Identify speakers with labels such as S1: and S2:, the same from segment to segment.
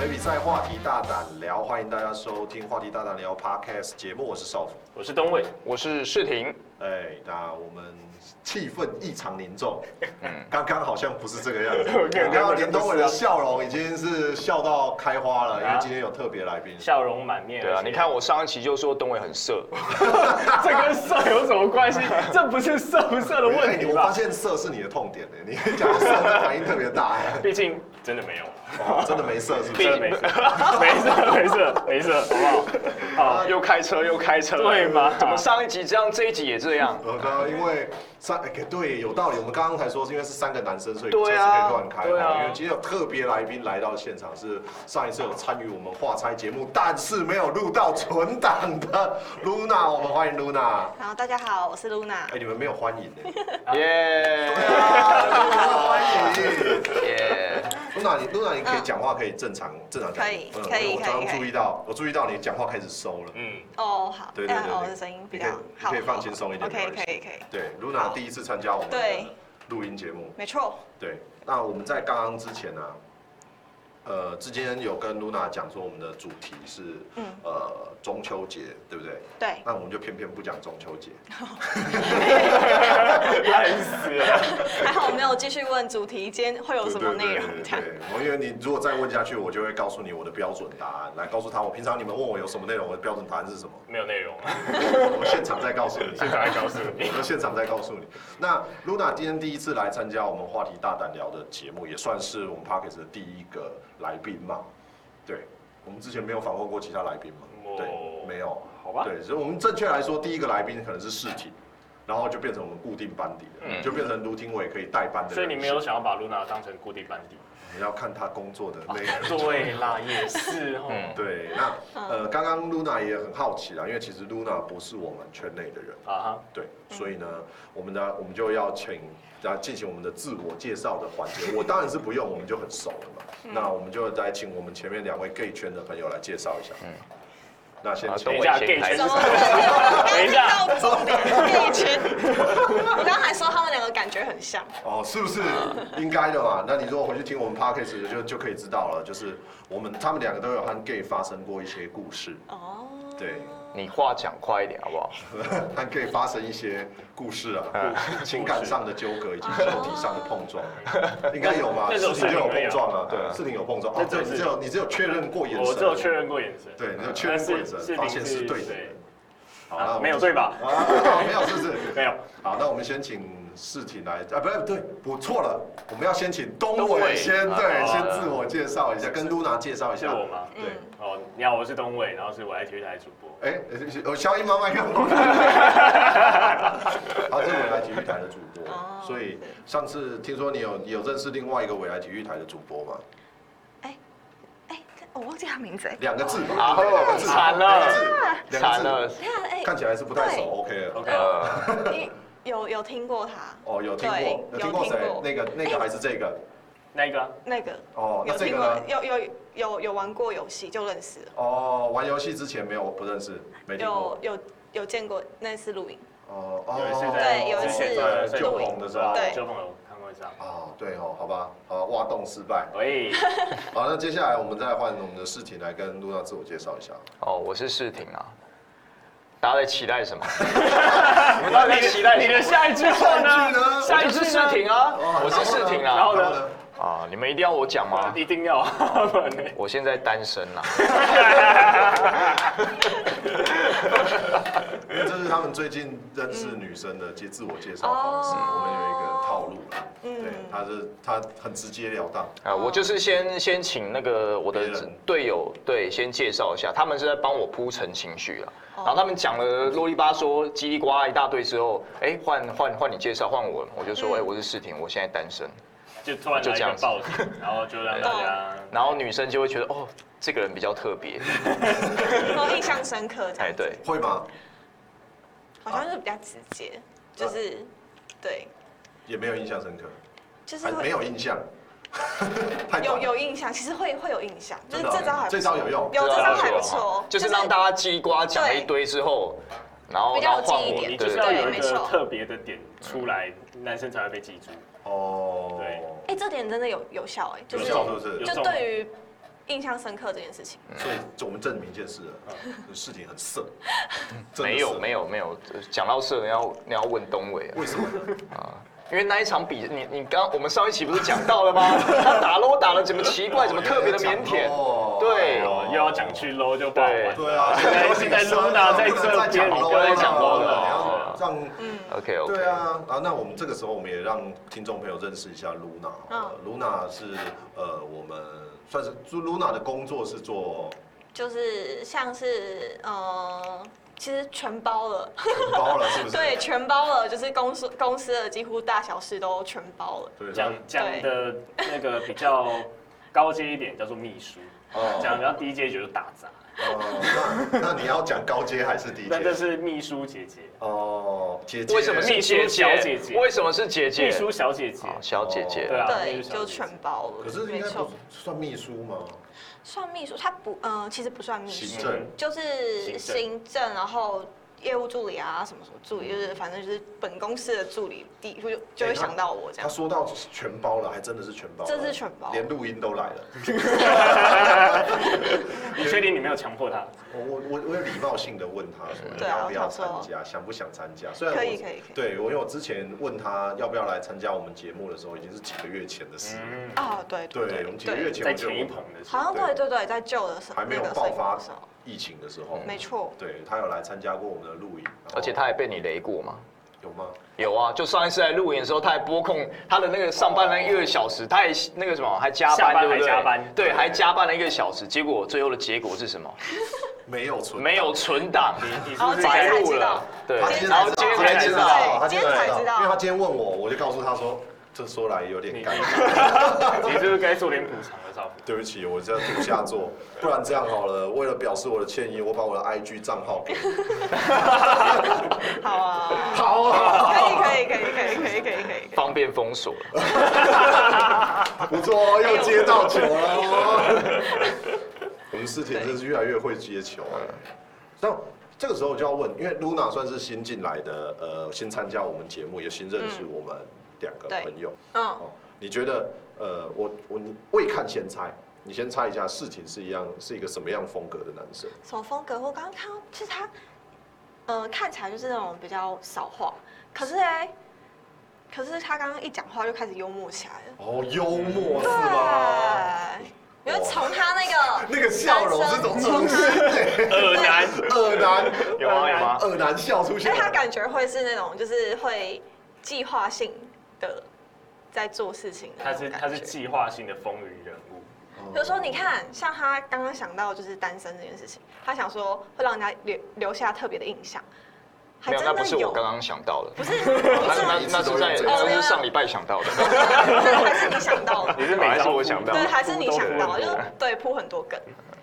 S1: 雷比赛话题大胆聊，欢迎大家收听《话题大胆聊》Podcast 节目，我是少主。
S2: 我是东伟，
S3: 我是世廷，
S1: 哎，那我们气氛异常凝重，刚刚好像不是这个样子。
S2: 对
S1: 刚刚林东伟的笑容已经是笑到开花了，因为今天有特别来宾。
S2: 笑容满面。
S3: 对
S2: 而
S3: 啊，
S2: 且
S3: 你看我上一期就说东伟很色，
S2: 这跟色有什么关 系？这不是色不色的问
S1: 哎
S2: 题
S1: 我发
S2: 吧？
S1: 现色是你的痛点呢，你讲色的反应特别大，
S2: 毕竟真的没有，
S1: 哇真的没色是不
S2: 真的
S1: 是？
S2: 没事，没事，没事，没事，好不好？好，
S3: 又开车又开车，
S2: 对 嘛
S3: 怎么上一集这样，这一集也 这样？
S1: 呃，刚刚因为三，哎、对，有道理。我们刚刚才说是因为是三个男生，所以车是可以
S3: 对啊
S1: 乱开哦
S3: 对啊
S1: 因为今天有特别来宾来到现场，是上一次有参与我们话猜节目，但是没有录到存档的 Luna，我们欢迎 Luna。
S4: 好，大家好，我是 Luna
S1: 哎、。你 们没有欢迎呢、
S3: 耶
S1: 欢迎
S3: 耶！
S1: 啊 Luna，你 Luna，你可以讲话可以正常正常讲，
S4: 可以
S1: 嗯
S4: 可以
S1: 因为我刚刚
S4: 可以可以
S1: 注意到，我注意到你讲话开始收了。
S2: 嗯，
S4: 哦，好，
S1: 对对对
S4: 哎
S1: 对
S4: 哦，我的声音比较
S1: 你可以
S4: 好，
S1: 你可以放轻松一点
S4: 好好
S1: 没关系
S4: OK，可以可以，
S1: 对，Luna
S4: 好
S1: 第一次参加我们的
S4: 对
S1: 录音节目，
S4: 没错，
S1: 对，那我们在刚刚之前呢、啊呃，之前有跟露娜讲说我们的主题是，
S4: 嗯
S1: 呃，中秋节，对不对？
S4: 对，
S1: 那我们就偏偏不讲中秋节，
S2: 烂死了。
S4: 还好我没有继续问主题，今天会有什么内容
S1: 对对
S4: 这样
S1: 对。我因为你如果再问下去，我就会告诉你我的标准答案，来告诉他我平常你们问我有什么内容，我的标准答案是什么，
S2: 没有内容，
S1: 我现场再告诉你。
S2: 现场来告诉你
S1: 我。就现场再告诉你。那露娜今天第一次来参加我们话题大胆聊的节目，也算是我们 Parkes 的第一个来宾嘛。对，我们之前没有访问过其他来宾嘛？
S2: 哦
S1: 对，没有。
S2: 好吧
S1: 对，所以我们正确来说，第一个来宾可能是世体，然后就变成我们固定班底了，
S3: 嗯
S1: 就变成卢廷伟可以代班的人
S2: 所以
S1: 选。
S2: 你没有想要把露娜当成固定班底？
S1: 你要看他工作的内容。
S2: 对啦，也是哦。
S3: 嗯
S1: 对，那呃，刚刚露娜也很好奇啦，啊因为其实露娜不是我们圈内的人。
S2: 啊
S3: 嗯
S1: 对，所以呢，我们呢，我们就要请来进行我们的自我介绍的环节。我当然是不用，我们就很熟了嘛。那我们就来请我们前面两位 gay 圈的朋友来介绍一下。那先
S3: 好
S1: 请
S3: 等
S2: 等
S3: 我
S2: 一下
S3: 先
S2: ，gay
S3: 开
S2: 圈
S3: 始
S2: 是
S4: 走
S2: 什么？等一下
S4: 我刚 刚
S1: 哎
S4: 到重点，一 圈。我刚刚还说他们两个感觉很像，
S1: 哦，是不是
S2: 嗯
S1: 应该的嘛？那你如果回去听我们 podcast 就就可以知道了，就是我们他们两个都有和 gay 发生过一些故事，
S4: 哦，
S1: 对，
S3: 你话讲快一点好不好？
S1: 和 gay 发生一些故事啊，情感上的纠葛以及身体上的碰撞，应该有嘛？
S2: 那只有
S1: 事情就有
S2: 事情而
S1: 碰
S2: 已啊
S1: 撞啊，对，
S3: 嗯
S1: 事情有碰撞。哦，
S2: 那
S1: 对，
S2: 只有
S1: 你
S2: 事
S1: 只有你只有确认过眼神，
S2: 我只有确认过啊眼神。
S1: 对，你有确认过眼神，发现是对的人。好，那
S2: 啊
S1: 我，们
S2: 没有对吧？
S1: 啊，好没有，是不是？
S2: 没有。
S1: 好，那我们先请世挺来啊，不是对，我错了，我们要先请东
S3: 东
S1: 伟
S3: 伟
S1: 先
S3: 啊
S1: 对，
S2: 好
S1: 先
S2: 的
S1: 自我介绍一下，跟露娜介绍一
S2: 是
S1: 下。
S2: 我吗？
S1: 对，
S4: 嗯
S2: 哦，你好，我是东伟，然后是我爱体育台主播。
S1: 哎，我消音妈妈看我。他是未来体育台的主播
S4: 哦，
S1: 所以上次听说你有有认识另外一个未来体育台的主播嘛？
S4: 哎，看我忘记他名字哎。
S1: 两个字吧，
S3: 啊吼
S1: 两个字
S3: 惨了
S1: 两个字
S3: 惨了，
S4: 你看，哎，
S1: 看起来是不太熟，OK
S4: 对
S1: 了。
S2: OK，
S3: 呃，
S4: 你有有听过他？
S1: 哦，有听过，
S4: 对
S1: 有听过谁
S4: 有听？过
S1: 那个那个还是这个？
S2: 那一个啊
S4: 那个
S1: 哦，那
S4: 有
S1: 这
S4: 听
S1: 个
S4: 过
S1: 呢，？
S4: 有有有有玩过游戏就认识了，
S1: 哦，玩游戏之前没有，我不认识，没听过
S4: 有。有有见过那次录影。
S1: 哦
S2: 有一次
S1: 哦，
S2: 在
S4: 对有一次
S2: 在
S1: 在旧棚的时候
S4: 对
S2: 旧棚啊有看过一张。
S1: 哦，对哦，好吧，好，挖洞失败。
S2: 喂，
S1: 好，那接下来我们再换我们的世婷来跟露娜自我介绍一下。
S3: 哦，我是世廷啊，大家在期待什么？你们到底在期待
S2: 你
S3: 什
S2: 的
S3: 么？
S2: 下一句话呢？
S1: 呢
S2: 下
S3: 我
S2: 一
S3: 就
S2: 句
S3: 是世廷啊，
S1: 哦
S3: 我是世廷
S2: 然
S3: 啊
S2: 后。呢
S3: 啊，你们一定要我讲吗？
S2: 哦一定要，不然呢
S3: 我现在单身啊。
S1: 因为这是他们最近认识女生的介自我介绍方式，
S4: 哦
S1: 我们有一个套路啦。
S4: 嗯
S1: 对，他是他很直截了当。
S3: 啊，
S4: 哦
S3: 我就是先先请那个我
S1: 别
S3: 的
S1: 人
S3: 队友对先介绍一下，他们是在帮我铺陈情绪啊。
S4: 哦
S3: 然后他们讲了啰里吧嗦、叽里呱啦一大堆之后，哎，换换换你介绍，换我，我就说，
S4: 嗯
S3: 哎，我是世廷，我现在单身。
S2: 就突然来一个报警，然后就让大家
S3: 然后女生就会觉得，哦，这个人比较特别，
S4: 我哦印象深刻，这
S3: 哎，
S4: 样
S3: 对，
S1: 会吗？
S4: 好像是比较直接，就是对，
S1: 也没有印象深刻，
S4: 就是
S1: 还
S4: 会
S1: 没有印象， 太
S4: 有
S1: 短了
S4: 有印象，其实会会有印象，就是
S1: 真的哦
S4: 这招还不错
S1: 这招有用
S4: 有哦这招还不
S3: 这样
S4: 错，
S3: 啊就是让大家叽里呱啦讲了一
S4: 对
S3: 堆之后，然后
S4: 比较
S3: 然
S4: 有
S3: 后换
S4: 记忆
S3: 我，
S4: 点
S2: 你
S3: 对
S2: 就是
S3: 对
S2: 要
S3: 对
S2: 有
S4: 对
S2: 一
S4: 没
S2: 个
S4: 错
S2: 特别的点出来，男生才会被记住。
S1: 哦。
S2: 对
S4: 哎，这点真的有有效哎，就
S1: 有
S4: 是
S1: 效是不是？
S2: 有
S4: 就
S2: 中
S4: 对于印象深刻这件事情。
S1: 所以这我们证明一件事了，事情很色，真的
S3: 嗯没有
S1: 色
S3: 没有没有，呃讲到色，你要你要问东伟啊，
S1: 为什么呢？
S3: 因为那一场比，你你刚我们上一期不是讲到了 吗？他打 l 打的怎么奇怪，怎么特别的腼腆？对
S2: 哦又要讲去 low 就爆完。
S1: 对 啊，
S2: 现
S1: 现
S2: 在现在 Luna 在这边
S1: 讲
S2: 你
S1: 喽，
S2: 不要再
S3: 讲
S1: 了，
S3: Luna 了
S2: 啊
S1: 你要让
S4: 嗯
S3: OK OK，
S1: 对啊，啊，那我们这个时候我们也让听众朋友认识一下 Luna 好了。Luna
S4: 嗯
S1: 是呃，我们算是就 Luna 的工作是做
S4: 就是像是呃，其实全包了，
S1: 承包了，是不是？
S4: 对，全包了，就是公司公司的几乎大小事都全包了。
S1: 对，
S2: 讲讲的那个比较高阶一点叫做秘书，
S1: 哦
S2: 讲得比较低阶就是打杂，
S1: 哦那那你要讲高阶还是低
S2: 但这
S1: 阶？
S2: 是秘书姐姐，
S1: 哦，姐姐
S3: 为什么是
S2: 秘书
S3: 姐
S2: 小姐姐
S3: 为什么是姐姐？
S2: 秘书小姐姐
S3: 哦，小姐姐
S2: 对，啊，秘书小姐
S4: 对，
S2: 姐
S4: 就全包了。
S1: 可是应
S4: 没
S1: 该
S4: 错
S1: 不，算秘书吗？
S4: 算秘书，他不，呃，其实不算秘
S1: 行啊
S4: 书，
S1: 政
S2: 嗯
S4: 就
S2: 行政
S4: 是行政，然后业务助理啊，什么什么助理，就是反正就是本公司的助理，第就就会想到我这
S1: 他
S4: 样。
S1: 说到全包了，还真的是全包了，
S4: 这是全包
S1: 连录音都来了。
S2: 你确定你没有强迫她？
S1: 我哦我我我有礼貌性的问他说你
S4: 对啊
S1: 要不要
S4: 我想
S1: 参
S4: 说
S1: 加，想不想参加？虽然
S4: 可
S1: 我
S4: 以可以可以
S1: 对我因为我之前问他要不要来参加我们节目的时候，已经是几个月前的事了。
S2: 嗯，
S4: 啊，对
S1: 对，我们几个
S4: 对
S1: 月前
S2: 在
S1: 我就
S2: 前一棚的时候
S4: 好像
S1: 对
S4: 对对对，在旧的时候，
S1: 还没有
S4: 那个
S1: 爆发
S4: 的时候，
S1: 疫情的时候，
S4: 没错，
S1: 对他有来参加过我们的录影，然后
S3: 而且他也被你雷过吗？
S1: 有吗？
S3: 有啊，就上一次来录影的时候，他还拨空他的那个上班那一个小时，他还那个什么还加
S2: 下
S3: 班，
S2: 班
S3: 对不
S2: 还
S3: 对？
S2: 加班
S3: 对，还加班了一个小时。结果最后的结果是什么？
S1: 没有
S2: 嗯
S1: 存，
S3: 没有存档，
S2: 你你是不
S4: 然后
S2: 是
S4: 今天
S3: 白
S4: 哦才
S2: 在
S3: 录
S4: 知
S3: 了
S4: 道。
S3: 对
S1: 他今天，
S3: 然后今天才知道，
S1: 他
S4: 对
S1: 今天
S4: 今天
S1: 才
S4: 才
S1: 知
S4: 知道
S1: 道，因为他今天问我，我就告诉他说，这说来有点
S2: 你
S1: 尴尬。
S2: 你是不是该做点补偿了，少 辅？
S1: 对不起，我这样土下座，不然这样好了，为了表示我的歉意，我把我的 IG 账号给你。
S4: 好啊，
S1: 好啊，
S4: 可以可以可以可以可以可以可以可以，
S3: 方便封锁了。
S1: 不错哦，又接到球了哦。我们思婷真是越来越会接球了。那这个时候就要问，因为 Luna 算是新进来的，呃，新参加我们节目，也新认识我们两个朋友。
S4: 嗯，
S1: 哦，你觉得，呃，我我你未看先猜，你先猜一下，事情是一样是一个什么样风格的男生？
S4: 什么风格？我刚刚看到，就是他，呃，看起来就是那种比较少话，可是哎，可是他刚刚一讲话就开始幽默起来了，
S1: 哦，幽默是吗？
S4: 对，因为从他那个
S1: 那个笑容是种
S4: 男
S1: 恶
S4: 生
S1: 心欸
S2: 二男，
S1: 恶男，
S2: 有吗有啊吗
S1: 恶男笑出
S4: 因
S1: 现
S4: 为他
S1: 来。
S4: 感觉会是那种就是会计划性的在做事情的那
S2: 他
S4: 种
S2: 是
S4: 感觉。
S2: 他是计划性的风云人物，
S1: 哦
S4: 比如说，你看，像他刚刚想到就是单身这件事情，他想说会让人家留留下特别的印象，还
S3: 没有，
S4: 真
S3: 那不
S4: 的
S3: 是
S4: 有
S3: 我，刚刚想到的，
S4: 不是，啊不
S3: 那
S4: 是
S3: 那
S4: 吗？
S3: 那是在那是上礼拜想到的。
S1: 哦
S4: 这还是你想到的，
S2: 你是每
S3: 还是
S2: 招
S3: 我
S2: 呼
S3: 想到
S4: 对，还是你想到，
S2: 啊都
S4: 就
S2: 都
S4: 是对铺很多梗，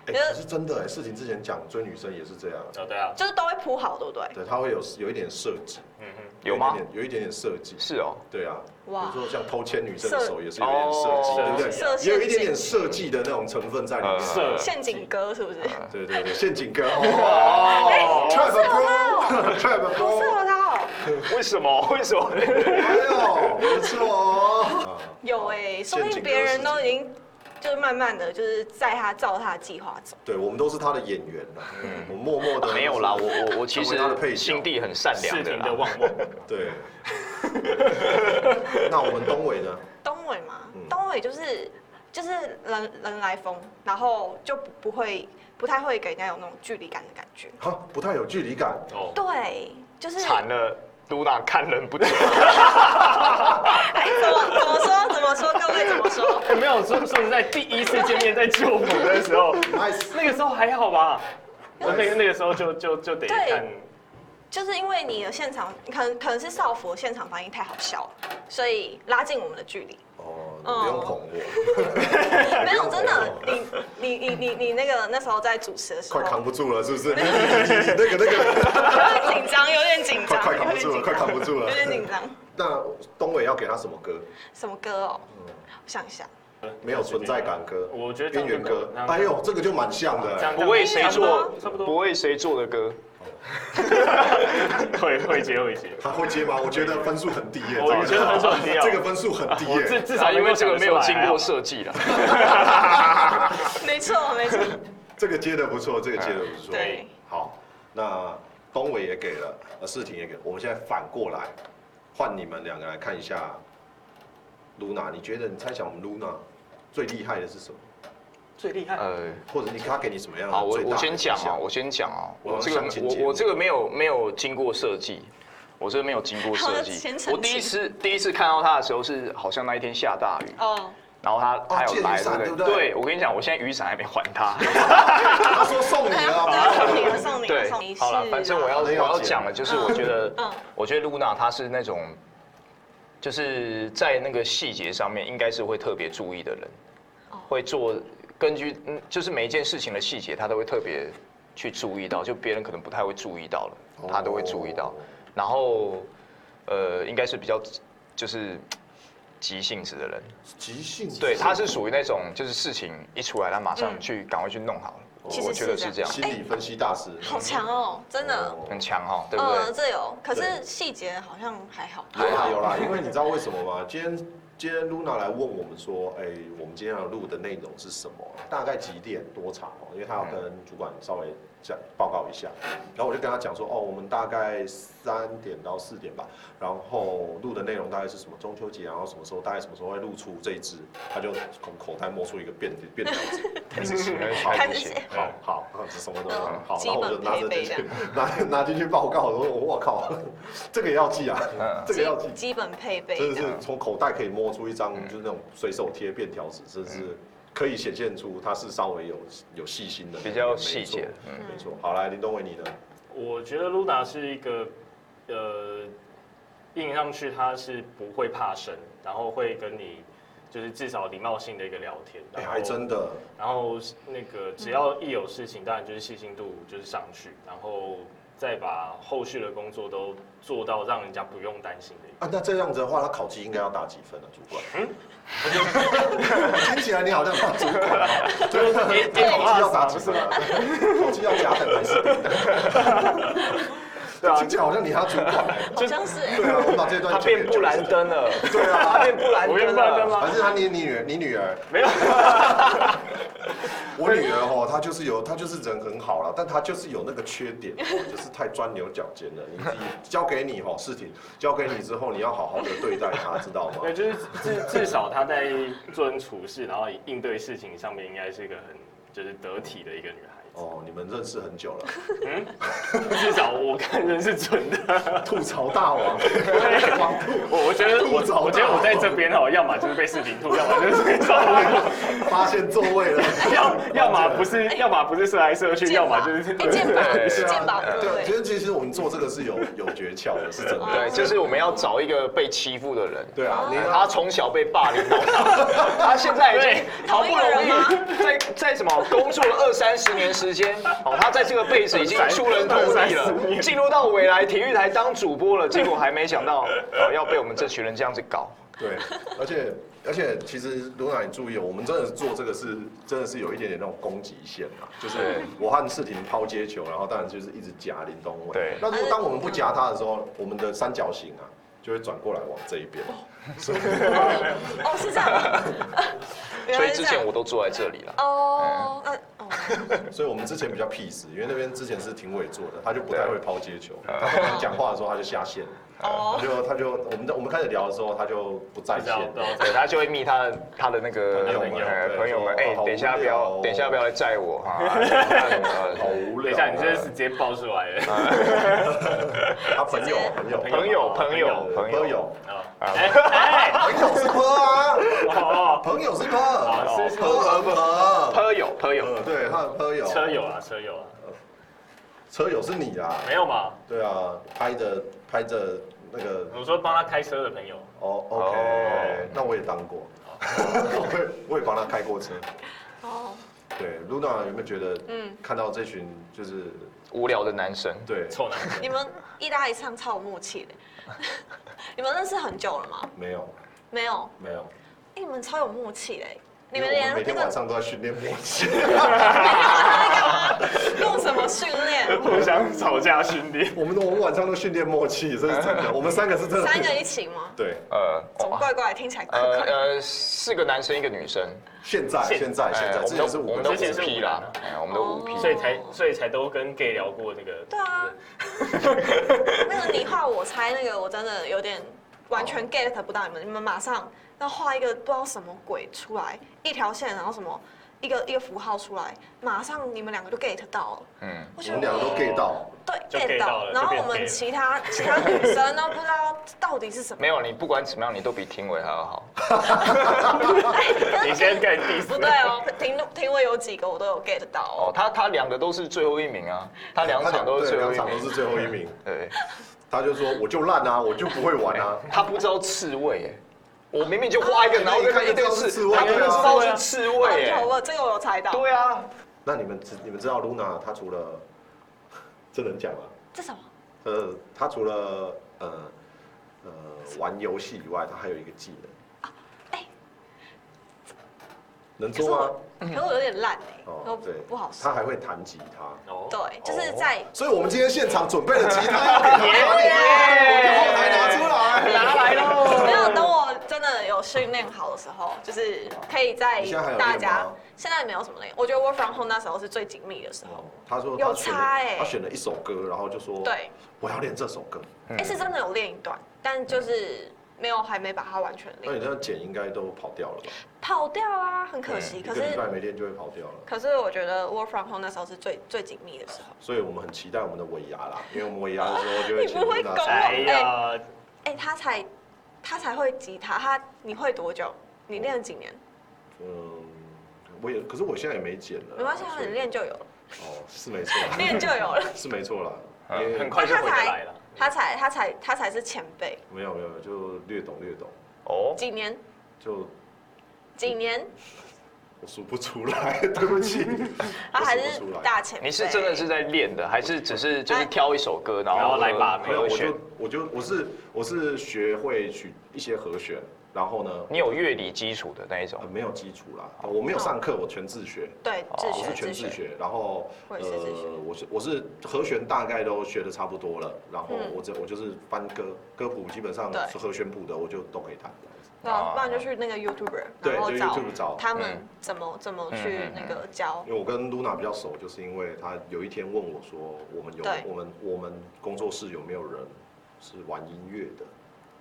S1: 哎、
S4: 就是
S1: 可是真的哎、事情之前讲追女生也是这样，
S2: 哦对啊，
S4: 就是都会铺好，对不对？
S1: 对，他啊会有有一点设计，
S2: 嗯哼，
S3: 有吗
S1: 一点点有一点点设计，
S3: 是哦，
S1: 对啊，比
S4: 哇
S1: 如说像偷牵女生的
S4: 设
S1: 手也是有一点设计，
S3: 哦
S1: 对不对？
S4: 设
S1: 也有一点
S4: 陷
S1: 点
S4: 阱
S1: 设计的那种成分在里面，
S3: 呃
S2: 设
S4: 陷阱哥是不是？
S1: 对对对，陷阱哥
S4: 哎
S1: 哦，trap bro，trap
S4: 哦好适
S1: bro，
S4: 合他哦，
S3: 为什么？ 为什么？
S1: 哎呦，不错哦，
S4: 有哎，说不
S1: 陷阱哥
S4: 定别人
S1: 事
S4: 都已
S1: 件
S4: 经就是慢慢的就是在他照他的计划走。
S1: 对我们都是他的演员啦，我默默的
S3: 嗯啊没有啦，我我我其
S1: 成为他的配
S3: 实
S1: 角
S3: 心地很善良
S2: 视
S3: 的
S2: 听的
S3: 啦。
S2: 旺旺，
S1: 对， 那我们东伟呢？
S4: 东伟嘛，
S1: 嗯
S4: 东伟就是就是人人来疯，然后就不不会不太会给人家有那种距离感的感觉。
S1: 哈，啊不太有距离感，
S2: 哦，
S4: 对，就是
S3: 惨
S1: 啊
S3: 了，露娜看 人不准。
S4: 哎，怎么怎么说怎么说，各位怎么说？
S2: 没有说说实在，第一次见面在旧府的时候，
S1: Nice
S2: 那个时候还好吧？我那个那个时候就就就得
S4: 对
S2: 看，
S4: 就是因为你的现场可能可能是少辅的现场反应太好笑了，所以拉近我们的距离。
S1: 哦，你不用捧
S4: 嗯
S1: 我，
S4: 没有，真的，你你你你你那个那时候在主持的时候，
S1: 快扛不住了，是不 是？那个那个，
S4: 有点紧张，有点紧
S1: 快
S4: 张，
S1: 快扛不住了，
S4: 有点紧张
S1: 快扛不住了
S4: 有。点紧张。
S1: 那东伟要给他什么歌？
S3: 嗯
S4: 什么歌哦？我想一下，
S1: 没有存在感歌，
S2: 我觉得这
S1: 边
S2: 样
S1: 缘歌
S2: 这样，
S1: 哎呦，这个就蛮像的、
S2: 这
S1: 哎
S2: 样这
S3: 不
S2: 样
S3: 为谁做
S2: 差不多
S3: 不为谁做的歌，
S2: 会会接会接，
S1: 还会接吗？我觉得分数很低耶、
S2: 我也觉得分数很低啊
S1: 这个分数很低耶、
S2: 至至
S3: 至少
S2: 少
S3: 啊因为这个没有经
S1: 啊
S3: 过
S2: 设，
S3: 设 计了。
S4: 没错没错，
S1: 这个接的不错，这个接的不错。
S4: 对，
S1: 好，那东伟也给了，呃，世婷也给了。我们现在反过来，换你们两个来看一下，Luna，你觉得你猜想我们 Luna 最厉害的是什么？
S2: 最厉害。
S3: 呃，
S1: 或者你他给你什么样的？
S3: 好，我我先讲啊，我先讲啊，
S1: 我
S3: 我这个
S1: 上前节目
S3: 我我这个没有没有经过设计，我这个没有经过设
S4: 好先
S3: 计
S4: 澄。清
S3: 我第一次第一次看到他的时候是好像那一天下大雨，
S4: 哦，
S3: 然后他他有来，
S1: 借雨伞
S3: 对不
S1: 对不对
S3: 对，我跟你讲，我现在雨伞还没还他。
S1: 他说送你了，
S4: 对，送你
S1: 好
S4: 了送 你了
S3: 对
S4: 送你，，
S3: 好了，反正我要
S1: 好
S3: 我
S1: 了
S3: 要
S1: 了解
S3: 讲的就是我觉得
S4: 嗯，
S3: 我觉得露娜她是那种，就是在那个细节上面应该是会特别注意的人
S4: 哦，
S3: 会做根据嗯，就是每一件事情的细节，她都会特别去注意到，就别人可能不太会注意到了，
S1: 哦
S3: 她都会注意到。然后，呃，应该是比较就是急性子的人，
S1: 即兴之
S3: 对，她是属于那种就是事情一出来，她马上
S4: 嗯
S3: 去赶快去弄好了，
S4: 其
S3: 我
S4: 实
S3: 觉得是
S4: 是
S3: 这
S4: 这
S3: 样
S4: 样，
S1: 心理分析大师，
S4: 好强哦，真的，
S1: 哦
S3: 很强哈，对不对？
S4: 嗯，这有，可
S1: 对
S4: 是细节好像还好，
S1: 有啦有啦，因为你知道为什么吗？今天今天 Luna 来问我们说，哎、我们今天要录的内容是什么？大概几点多长哦？因为他要跟主管稍微讲报告一下，然后我就跟他讲说，哦，我们大概三点到四点吧，然后录的内容大概是什么中秋节，然后什么时候大概什么时候会录出这一支，他就从口袋摸出一个便便条纸，
S3: 开始写，
S4: 嗯开始
S3: 嗯
S4: 写
S1: 好好，啊这什么都
S4: 嗯
S1: 好，
S4: 基
S1: 然后我就
S4: 本
S1: 拿着
S4: 配
S1: 进
S4: 备这
S1: 去，拿 拿进去报告，我说我靠，这个也要记啊
S3: 嗯，
S1: 这个要记
S4: 基。基本配备
S1: 真的
S4: 这
S1: 是
S4: 样，
S1: 从口袋可以摸出一张
S3: 嗯
S1: 就是那种随手贴便条纸，真的是可以显现出他是稍微有有细心的，
S3: 比较细节嗯
S1: 没
S4: 嗯
S1: 错没错。好，来林东伟，你呢？
S2: 我觉得露娜是一个，呃，印上去她是不会怕生，然后会跟你就是至少礼貌性的一个聊天，
S1: 哎，
S2: 然后
S1: 还真的，
S2: 然后那个只要一有事情，当然就是细心度就是上去，然后再把后续的工作都做到让人家不用担心的一个。
S1: 啊，那这样子的话，他考绩应该要打几分啊，主管？ 听起来你好像当主管啊，对，
S2: 哎
S1: 考绩要打几分啊？考绩要加等还是零
S3: 对啊
S1: 的？听起来好像你还要主管哎。
S4: 好像是
S1: 对啊，我把这段
S3: 他变布兰登了，对啊，他变布兰
S2: 我变
S3: 登
S2: 布兰登
S3: 了。
S2: 吗
S1: 还是他你你女儿，你女儿
S2: 没有，
S1: 我女儿哦，她就是有，她就是人很好啦，但她就是有那个缺点哦，就是太钻牛角尖了。你你交给你哦，事情交给你之后，你要好好的对待她，知道 吗
S2: 对，？就是至至少他在做人处事，然后应对事情上面应该是一个很就是得体的一个女孩
S1: 哦，你们认识很久了，
S2: 子，至少我看人是准的。
S1: 吐槽大王，
S3: 啊
S1: 王吐
S2: 我我觉得我
S1: 吐槽
S2: 我觉得我在这边哦，要么就是被视频吐，要么就是被照顾，
S1: 发现座位了，
S2: 要要么不是要么不是射来射去，要么就是
S4: 哎剑拔
S3: 对哦
S1: 对啊
S4: 剑拔不
S1: 对，其
S4: 对，
S1: 实其实我们做这个是有有诀窍的，是真的。
S3: 对，就是我们要找一个被欺负的人。
S1: 对啊，你
S3: 他从小被霸凌到大，他现在已经好不容易在在什么工作了二三十年时间，哦，他在这个辈子已经出人头地了，进入到未来体育台当主播了，结果还没想到哦要被我们这群人这样子搞。
S1: 对，而且而且，其实卢娜，你注意哦，我们真的是做这个是真的是有一点点那种攻击线啊，就是
S3: 对
S1: 我和世婷抛接球，然后当然就是一直夹林东伟。
S3: 对
S1: 那如果当我们不夹他的时候，我们的三角形啊就会转过来往这一边。
S4: 哦是 这样，原
S3: 所以
S4: 来是
S3: 之
S4: 这
S3: 前
S4: 样
S3: 我都嗯坐在这里了。
S4: 哦，那哦
S1: 所以我们之前比较 peace，因为那边之前是廷伟做的，他就不太会抛接球，
S2: 啊
S1: 他跟我们讲话的时候他就下线，他
S4: 哦，
S1: 就他就我们在我们开始聊的时候他就不在
S2: 不知道哦
S1: 线
S2: 不。知道在
S3: 对他就会密他的他的那个
S1: 朋友们
S3: 呃
S1: 对
S3: 朋友们，
S1: 说
S3: 哎，
S1: 好
S3: 等一下
S1: 无
S3: 不
S1: 聊
S3: 要
S1: 哦，
S3: 等一下不要来载我 哈。啊
S1: 好无聊
S2: 等一
S1: 啊。
S2: 下，你这是直接爆出来了。
S1: 他朋友啊朋友
S3: 朋友朋友朋
S1: 朋
S3: 友，
S1: 友
S2: 啊哎哎，
S1: 朋友是喝啊。
S2: 哦，
S1: 朋友是朋
S2: 好
S1: 友，
S2: 是是
S1: 朋朋
S3: 朋友朋友，
S1: 对，他的朋友，
S2: 车友啊，车友啊，
S1: 车友是你啊，
S2: 没有嘛？
S1: 对啊，拍着拍着那个，
S2: 我说帮他开车的朋友，
S1: 哦
S3: 哦
S1: ，OK，那我也当过， 我也我也帮他开过车。
S4: 哦，
S1: 对，Luna 有没有觉得，嗯
S4: 嗯，
S1: 看到这群就是
S3: 无聊的男生，
S1: 对，
S2: 臭男
S4: 你们一搭一唱超有默契的， 你们认识很久了吗？
S1: 没有
S4: 没有，
S1: 没有，
S4: 哎，你们超有默契的，你
S1: 因为
S4: 们
S1: 我
S4: 连
S1: 每
S4: 那
S1: 天
S4: 个
S1: 晚上都在训练默契。
S4: 用什么训练？
S2: 互相吵架训练。
S1: 我们我们晚上都训练默契，这是真的。我们三个是真的。
S4: 三个一起吗？
S1: 对，
S3: 呃，
S4: 怎么怪怪？听起来怪
S3: 呃
S4: 怪。
S3: 呃，四个男生一个女生，
S1: 现在
S2: 现
S1: 现在现
S3: 哎
S1: 在，
S3: 我
S1: 之前
S3: 们都
S1: 是
S3: 我
S1: 五
S3: 们
S1: 个
S3: 都
S1: 人
S2: 之前
S3: 五
S2: 是
S3: P 啦，哎，我们都五 P，
S4: 哦
S2: 所以才所以才都跟 gay 聊过那个，
S4: 对啊， 那个你画我猜那个，我真的有点完
S1: 哦
S4: 全 get 不到你们。你们马上要画一个不知道什么鬼出来，一条线，然后什么一个一个符号出来，马上你们两个就 get 到了。
S3: 嗯，
S4: 我
S1: 我们两个都 get 到。
S2: 就
S4: 对
S2: get
S4: get
S2: 到
S4: 到
S2: 了，就
S4: 然后
S2: 变
S4: 我们
S2: gay
S4: 其他其他女生都不知道到底是什么
S3: 没。有，你不管怎么样，你都比廷伟还要好。
S2: 你现在盖 diss
S4: 不对 哦，评评委有几个我都有 get 到哦
S3: 哦，他他两个都是最后一名啊，他两场都
S1: 对
S3: 是最后
S1: 两
S3: 一
S1: 场都
S3: 名
S1: 是。最后一名。
S3: 对，
S1: 他就说我就烂啊，我就不会玩啊。
S3: 他不知道刺猬哎，我明明就画一个，然后跟他一
S1: 哦一看就知
S3: 对
S1: 道是
S3: 刺
S1: 刺猬啊
S3: 他不知道是刺猬
S4: 有
S3: 哎。
S4: 我啊这个我有猜到。
S3: 对啊，
S1: 那你们知你们知道 Luna 她除了这能讲吗？
S4: 这什么？
S1: 呃，她除了呃呃玩游戏以外，她还有一个技能。
S4: 哎
S1: 能
S4: 可是
S1: 做吗嗯哦
S4: 我？，可是我有点烂哎，都
S1: 对，
S4: 不好说
S1: 她。还会弹吉他。
S2: 哦，
S4: 对，就是在
S1: 所以我们今天现场准备了吉 他要给他们，我们后台拿出来。
S3: 拿来
S1: 哦
S4: 没有
S3: 喽。
S4: 等我真的有训练好的时候，就是可以在
S1: 你现在还有
S4: 大
S1: 练
S4: 家
S1: 吗
S4: 现在没有什么累，我觉得 work from home 那时候是最紧密的时候。
S1: 他说他选了
S4: 有差欸
S1: 他选了一首歌，然后就说
S4: 对，
S1: 我要练这首歌。
S4: 哎，是真的有练一段，但就是没有还没把它完全
S1: 那你
S4: 练
S1: 这样剪应该都跑掉了吧？
S4: 跑掉啊，很可惜。
S1: 一
S4: 可
S1: 个礼
S4: 是
S1: 拜没练就会跑掉了。
S4: 可是我觉得 work from home 那时候是最最紧密的时候。
S1: 所以我们很期待我们的尾牙啦，因为我们尾牙的时候就会
S4: 你
S1: 请
S4: 不会
S1: 大
S4: 搞
S1: 家
S2: 哎呀，
S4: 哎，他才他才会吉他，他你会多久？你练了几年？
S1: 嗯，我也，可是我现在也没剪了。
S4: 没关系啊，
S1: 所以
S4: 你练就有了，
S1: 哦，是没错啦，
S4: 练就有 了。
S1: 是没 错啦。
S3: 嗯
S1: 因为
S2: 啊很快就回得来了。
S4: 他才他才他才是前辈，
S1: 没有没有，就略懂略懂，
S3: 哦，
S4: 几年
S1: 就
S4: 几年，
S1: 我数不出来， 对不起，
S4: 他还是
S1: 我数不出来
S4: 大前辈。
S3: 你是真的是在练的，还是只
S4: 哎
S3: 是就是挑一首歌，然
S2: 然
S3: 后
S2: 后来把
S1: 没有，
S3: 和
S1: 我
S3: 弦
S1: 就？我就我是我是学会曲一些和弦，然后呢，
S3: 你有乐理基础的那一种
S1: 呃，没有基础啦，我没有上课，我全自学。
S4: 对自
S1: 我
S4: 学
S1: 是全
S4: 自
S1: 自
S4: 学，
S1: 学，呃然后
S4: 我也是自学
S1: 我是我是和弦大概都学的差不多了，然后
S4: 嗯
S1: 我这我就是翻歌歌谱，基本上
S4: 对
S1: 是和弦谱的我就都可以弹。
S4: 对啊
S3: 啊，
S4: 不然就去那个 YouTuber，
S1: 对
S4: 然后
S1: 就 YouTube 找
S4: 他们
S3: 嗯
S4: 怎么怎么
S3: 嗯
S4: 去
S3: 嗯嗯
S4: 那个教
S1: 因为我跟 Luna 比较熟，就是因为她有一天问我说，我们有
S4: 对
S1: 我们我们工作室有没有人是玩音乐的？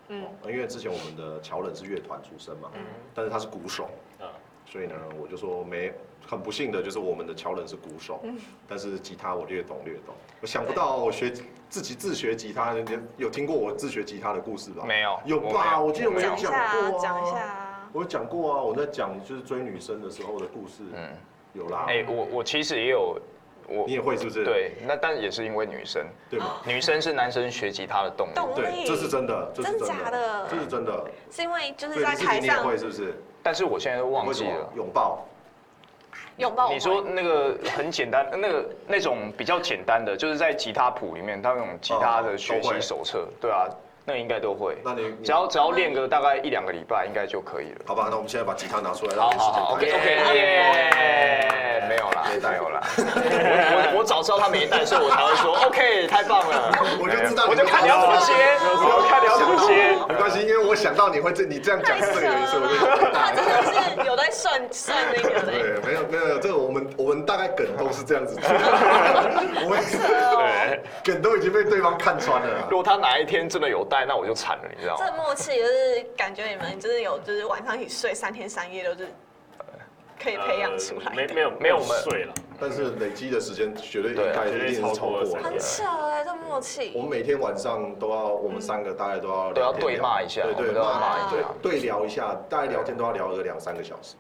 S4: 嗯
S1: 嗯，因为之前我们的乔冷是乐团出身嘛，
S2: 嗯
S1: 但是他是鼓手，
S2: 嗯，
S1: 所以呢，我就说没，很不幸的就是我们的乔人是鼓手，
S4: 嗯
S1: 但是吉他我略懂略懂。我想不到我学自己自学吉他，你有听过我自学吉他的故事吧？
S3: 没有
S1: 嗯有
S3: 我没
S1: 吧？
S3: 有
S1: 我记得我有
S4: 讲一下啊
S1: 过啊，
S4: 讲一下，啊，
S1: 我有讲过啊，我在讲就是追女生的时候的故事，
S3: 嗯，
S1: 有啦。
S3: 哎，我我其实也有，我
S1: 你也会是不是？
S3: 对，那但也是因为女生，
S1: 对吗？
S3: 女生是男生学吉他的动力。
S4: 动
S1: 对，
S4: 力
S1: 这是真的，这是
S4: 哦真假的
S1: 这是真的。
S4: 是因为就是
S1: 所以
S4: 在
S1: 你自己
S4: 台
S1: 你也
S4: 上
S1: 会是不是？
S3: 但是我现在都忘
S1: 为什
S3: 记
S1: 么
S3: 了。
S1: 拥抱？
S4: 拥抱我
S3: 你说那个很简单，那个那种比较简单的，就是在吉他谱里面，它那种吉他的学习手册，对啊，哦那应该都会。
S1: 那你你
S3: 只要只要练个大概一两个礼拜，应该就可以了。
S1: 好吧，那我们现在把吉他拿出来，让
S3: 好
S1: 我们
S3: 好
S1: 试试
S3: 好
S1: 看
S3: ，OK OK，耶，没有啦，没有啦。我我我早知道他没带，所以我才会说 OK，太棒了。
S1: 我就知道你
S3: 我就看你要怎么接，我看你要怎么接。
S1: 没关系，因为我想到你会这，你这样讲
S4: 太
S1: 是这
S4: 扯
S1: 个原因，所以我就
S4: 了，他真的是有在顺顺那个的，
S1: 对，没有没有，这个我们我们大概梗都是这样子 做，我
S4: 哦
S2: 呃
S4: 哎
S1: 们梗都已经被对方看穿了啊
S3: 如
S1: 啦。
S3: 果他哪一天真的有带，那我就惨了，你知道
S4: 这
S3: 吗？
S4: 默契就是感觉你们就是有就是晚上一起睡三天三夜都是可以培养出
S2: 呃没
S4: 来的，
S2: 没有
S3: 没有我们
S2: 睡了，
S1: 但是累积的时间绝对
S3: 啊
S1: 应该一定是超过
S2: 对
S1: 了
S4: 很。扯哎，这默
S1: 我
S4: 契，
S1: 们每天晚上都要，我们三个大概都要
S3: 都要
S1: 聊天
S3: 对骂一下
S1: 对
S3: 我
S1: 对
S3: 们都要
S1: 骂
S4: 骂一
S1: 对
S3: 下
S1: 对聊一下，大概聊天都要聊个两三个小时，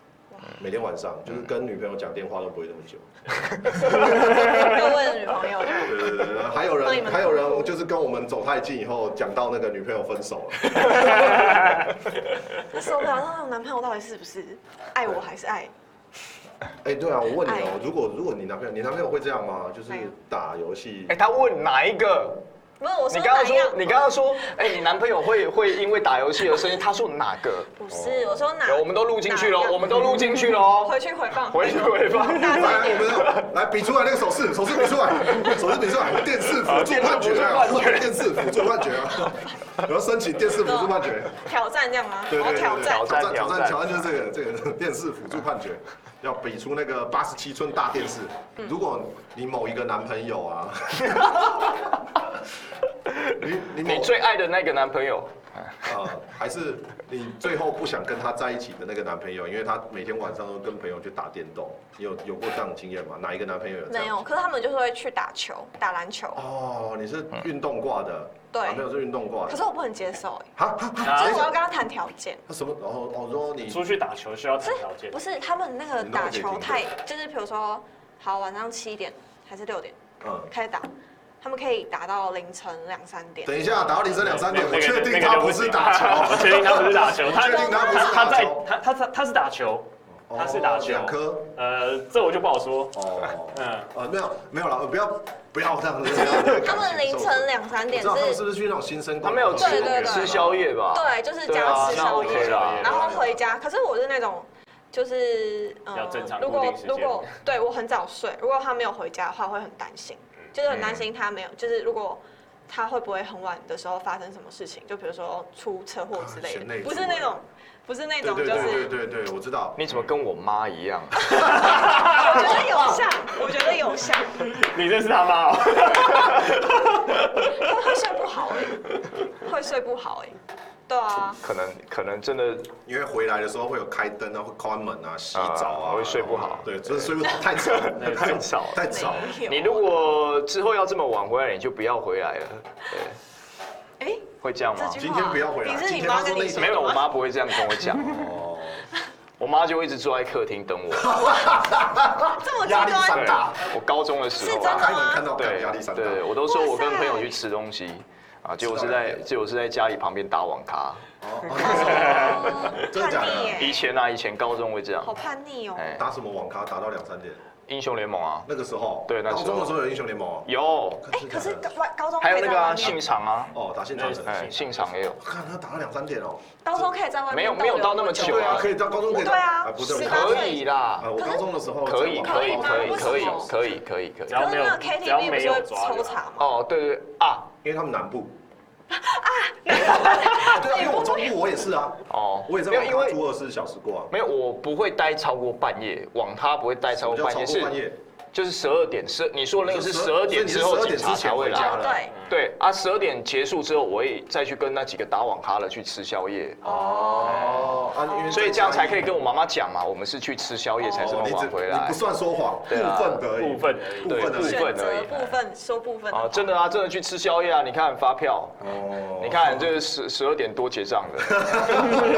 S1: 每天晚上就是跟女朋友讲电话都不会那么久。
S4: 要问女朋友。
S1: 对对对，还有
S4: 嗯帮你
S1: 人
S4: 们
S1: 还有人就是跟我们走太近以后，讲到那个女朋友分手了，
S4: 我受不了，那种男朋友到底是不是爱我还是爱？
S1: 哎、对啊，我问你
S4: 哎
S1: 哦、如果如果你男朋友，你男朋友会这样吗？就是
S4: 没有
S1: 打游戏
S3: 哎，，他问哪一个？
S4: 不是我说
S3: 你刚刚
S4: 哪样
S3: 说，？你刚刚说，哎、你男朋友会会因为打游戏而生气？他说哪个？
S4: 不是，我说哪？
S3: 哦有，我们都录进去
S4: 哪
S3: 了，
S4: 样
S3: 我们都录进去了哦。
S4: 回去回放。
S3: 回去回放。
S1: 来，我们来比出来那个手势，手势比出来，手势比出来，电视辅助判决啊，电视辅助判决啊，我要申请电视辅助判决，
S4: 挑战这样吗？
S1: 对对
S4: 我
S1: 对，
S4: 挑
S1: 对
S4: 战
S1: 挑。战挑战挑战就是这个这个电视辅助判决，要比出那个八十七寸大电视，
S4: 嗯
S1: 如果你某一个男朋友 啊，你你某
S3: 你最爱的那个男朋友，
S1: 呃，还是你最后不想跟他在一起的那个男朋友，因为他每天晚上都跟朋友去打电动，你有有过这样的经验吗？哪一个男朋友有这样？
S4: 没有，可是他们就是会去打球，打篮球。
S1: 哦，你是
S2: 嗯
S1: 运动挂的，
S4: 对
S1: 男朋友是运动挂
S4: 可
S1: 的
S4: 是。我不能接受，哎，
S1: 啊，
S2: 啊
S4: 就是我要跟他谈条件。
S1: 他什么？哦哦，说你
S2: 出去打球需要谈条件
S4: 不，是他们那个打球太，就是比如说，好晚上七点还是六点
S1: 嗯，
S4: 开始打，他们可以打到凌晨两三点。
S1: 等一下，打到凌晨两三点，我
S2: 那个
S1: 确定
S2: 那个
S1: 他
S2: 就
S1: 不是打
S2: 我
S1: 球，
S2: 确定他不是打球，
S1: 我确定他不是打球
S2: 他在他他他他是打球，他是打球
S1: 哦两颗。
S2: 呃，这我就不好说，
S1: 哦，
S2: 嗯，
S1: 呃，没有没有了，不要不要这样子。
S4: 他们凌晨两三
S1: 你
S4: 点
S1: 知道他们是
S4: 是，
S1: 不是去那种新生？
S3: 他没有吃
S4: 对对对
S3: 吃宵夜吧？
S4: 对，就是
S3: 对
S4: 家
S3: 啊
S4: 吃
S3: 那
S4: 宵
S3: OK
S4: 夜，
S3: 啦。
S4: 然后回家。可是我是那种。就是嗯
S2: 比较正常
S4: 如
S2: 固
S4: 果
S2: 定时间
S4: 如果对我很早睡，如果他没有回家的话，会很担心，就是很担心他没有，就是如果他会不会很晚的时候发生什么事情，就比如说出车祸之类
S1: 啊贤内
S4: 的，
S1: 助
S4: 不是那种，不是那
S1: 对
S4: 种，
S1: 对
S4: 就
S1: 对
S4: 是
S1: 对对对，我知道。
S3: 你怎么跟我妈一样？
S4: 我觉得有像， 我觉得有像，
S2: 你认识他妈哦？
S4: 会会睡不好哎、会睡不好哎、对啊，
S3: 可能可能真的
S1: 因为回来的时候会有开灯啊，会关门啊，洗澡啊，
S3: 啊会睡不好
S1: 对，真的睡不好，太吵，
S3: 太吵了
S1: 太吵了。
S4: 没有
S3: 你如果之后要这么晚回来，你就不要回来了。对，
S4: 哎、
S3: 会这样
S4: 这
S3: 吗？
S4: 句话
S1: 今天不要回来
S4: 你是
S1: 今
S4: 你
S1: 天他
S4: 妈
S1: 说
S4: 跟
S1: 那
S4: 你
S1: 一
S4: 说
S1: 句
S3: 啊
S4: 的
S3: 没有，我
S4: 吗
S3: 妈不会这样跟我讲，
S1: 哦，
S3: 我妈就一直坐在客厅等我。
S4: 这么 极
S1: 压力山
S4: 端，
S1: 大，
S3: 我高中的时
S4: 是
S3: 候
S4: 真
S1: 打
S4: 的
S1: 开
S3: 啊，
S1: 门看到干
S3: 对
S1: 压力山大。哦
S3: 对，我都说我跟
S4: 哇塞
S3: 朋友去吃东西啊，结果是
S1: 吃到
S3: 在
S1: 两点
S3: 结果是在家里旁边打网咖。
S1: 哦，真的假
S4: 叛
S1: 的
S4: 逆
S3: 以
S4: 哎、
S3: 前啊，以前高中会这样
S4: 好，叛逆哦、
S3: 哎，
S1: 打什么网咖打到两三点？
S3: 英雄联盟啊，
S1: 那个时候，
S3: 对那时候
S1: 高中的时候有英雄联盟哦。
S3: 有，
S4: 哎、可是高高中
S3: 还
S4: 可
S3: 有那
S4: 以在
S3: 个啊
S4: 外
S3: 信
S4: 面，
S3: 长啊，
S1: 哦，打现场的。
S3: 哎，信长也有。
S1: 我看他打到两三点哦。
S4: 高中可以在外面，
S3: 没有没有到那么久
S1: 对啊，可以到高中可以到。
S4: 对啊
S1: 哎不是
S4: 十八
S1: 我
S3: 可以啦
S1: 哎，我高中的时候
S3: 可以
S1: 在网咖
S3: 可以
S4: 吗
S3: 可以
S4: 为什
S3: 可以
S4: 么
S3: 可以可以可以
S2: 只。要
S4: 可
S2: 没
S4: 是
S2: 有
S4: 那个
S2: 只要
S4: KTV 不
S2: 没
S4: 是
S2: 有
S4: 会
S2: 抓
S4: 抽
S2: 人
S4: 查吗？
S3: 哦，对对对啊，
S1: 因为他们南 部。啊， 对啊，因为我中部我也是啊，
S3: 哦，
S1: 我也在
S3: 没有因
S1: 网咖
S3: 为
S1: 住二十四小时过啊。
S3: 没有我不会待超过半夜，网咖不会待超
S1: 我
S3: 过
S1: 叫
S3: 半
S1: 超
S3: 夜
S1: 过半
S3: 是
S1: 夜，
S3: 就是十二点，十你说的那个是
S1: 就是
S3: 十二点之后
S1: 所以你
S3: 警
S1: 是12
S3: 察才会
S1: 点之前回家
S3: 来。
S4: 哦，对，
S3: 对啊，十二点结束之后，我会再去跟那几个打网咖的去吃宵夜，
S1: 哦，啊，因为
S3: 所以这样才可以跟我妈妈讲嘛，我们是去吃宵夜才这么
S1: 哦你只
S3: 晚回
S1: 你
S3: 来
S1: 不。算说谎，部
S3: 对啊
S1: 分的而已，
S2: 部分而已
S1: 部分的而已
S3: 对
S4: 选
S3: 部分而
S4: 择
S3: 已
S4: 部分说部 分
S3: 啊，真
S4: 的
S3: 的啊，真的去吃宵夜啊！你看发票，
S1: 哦
S3: 你看这十十二点多结账的。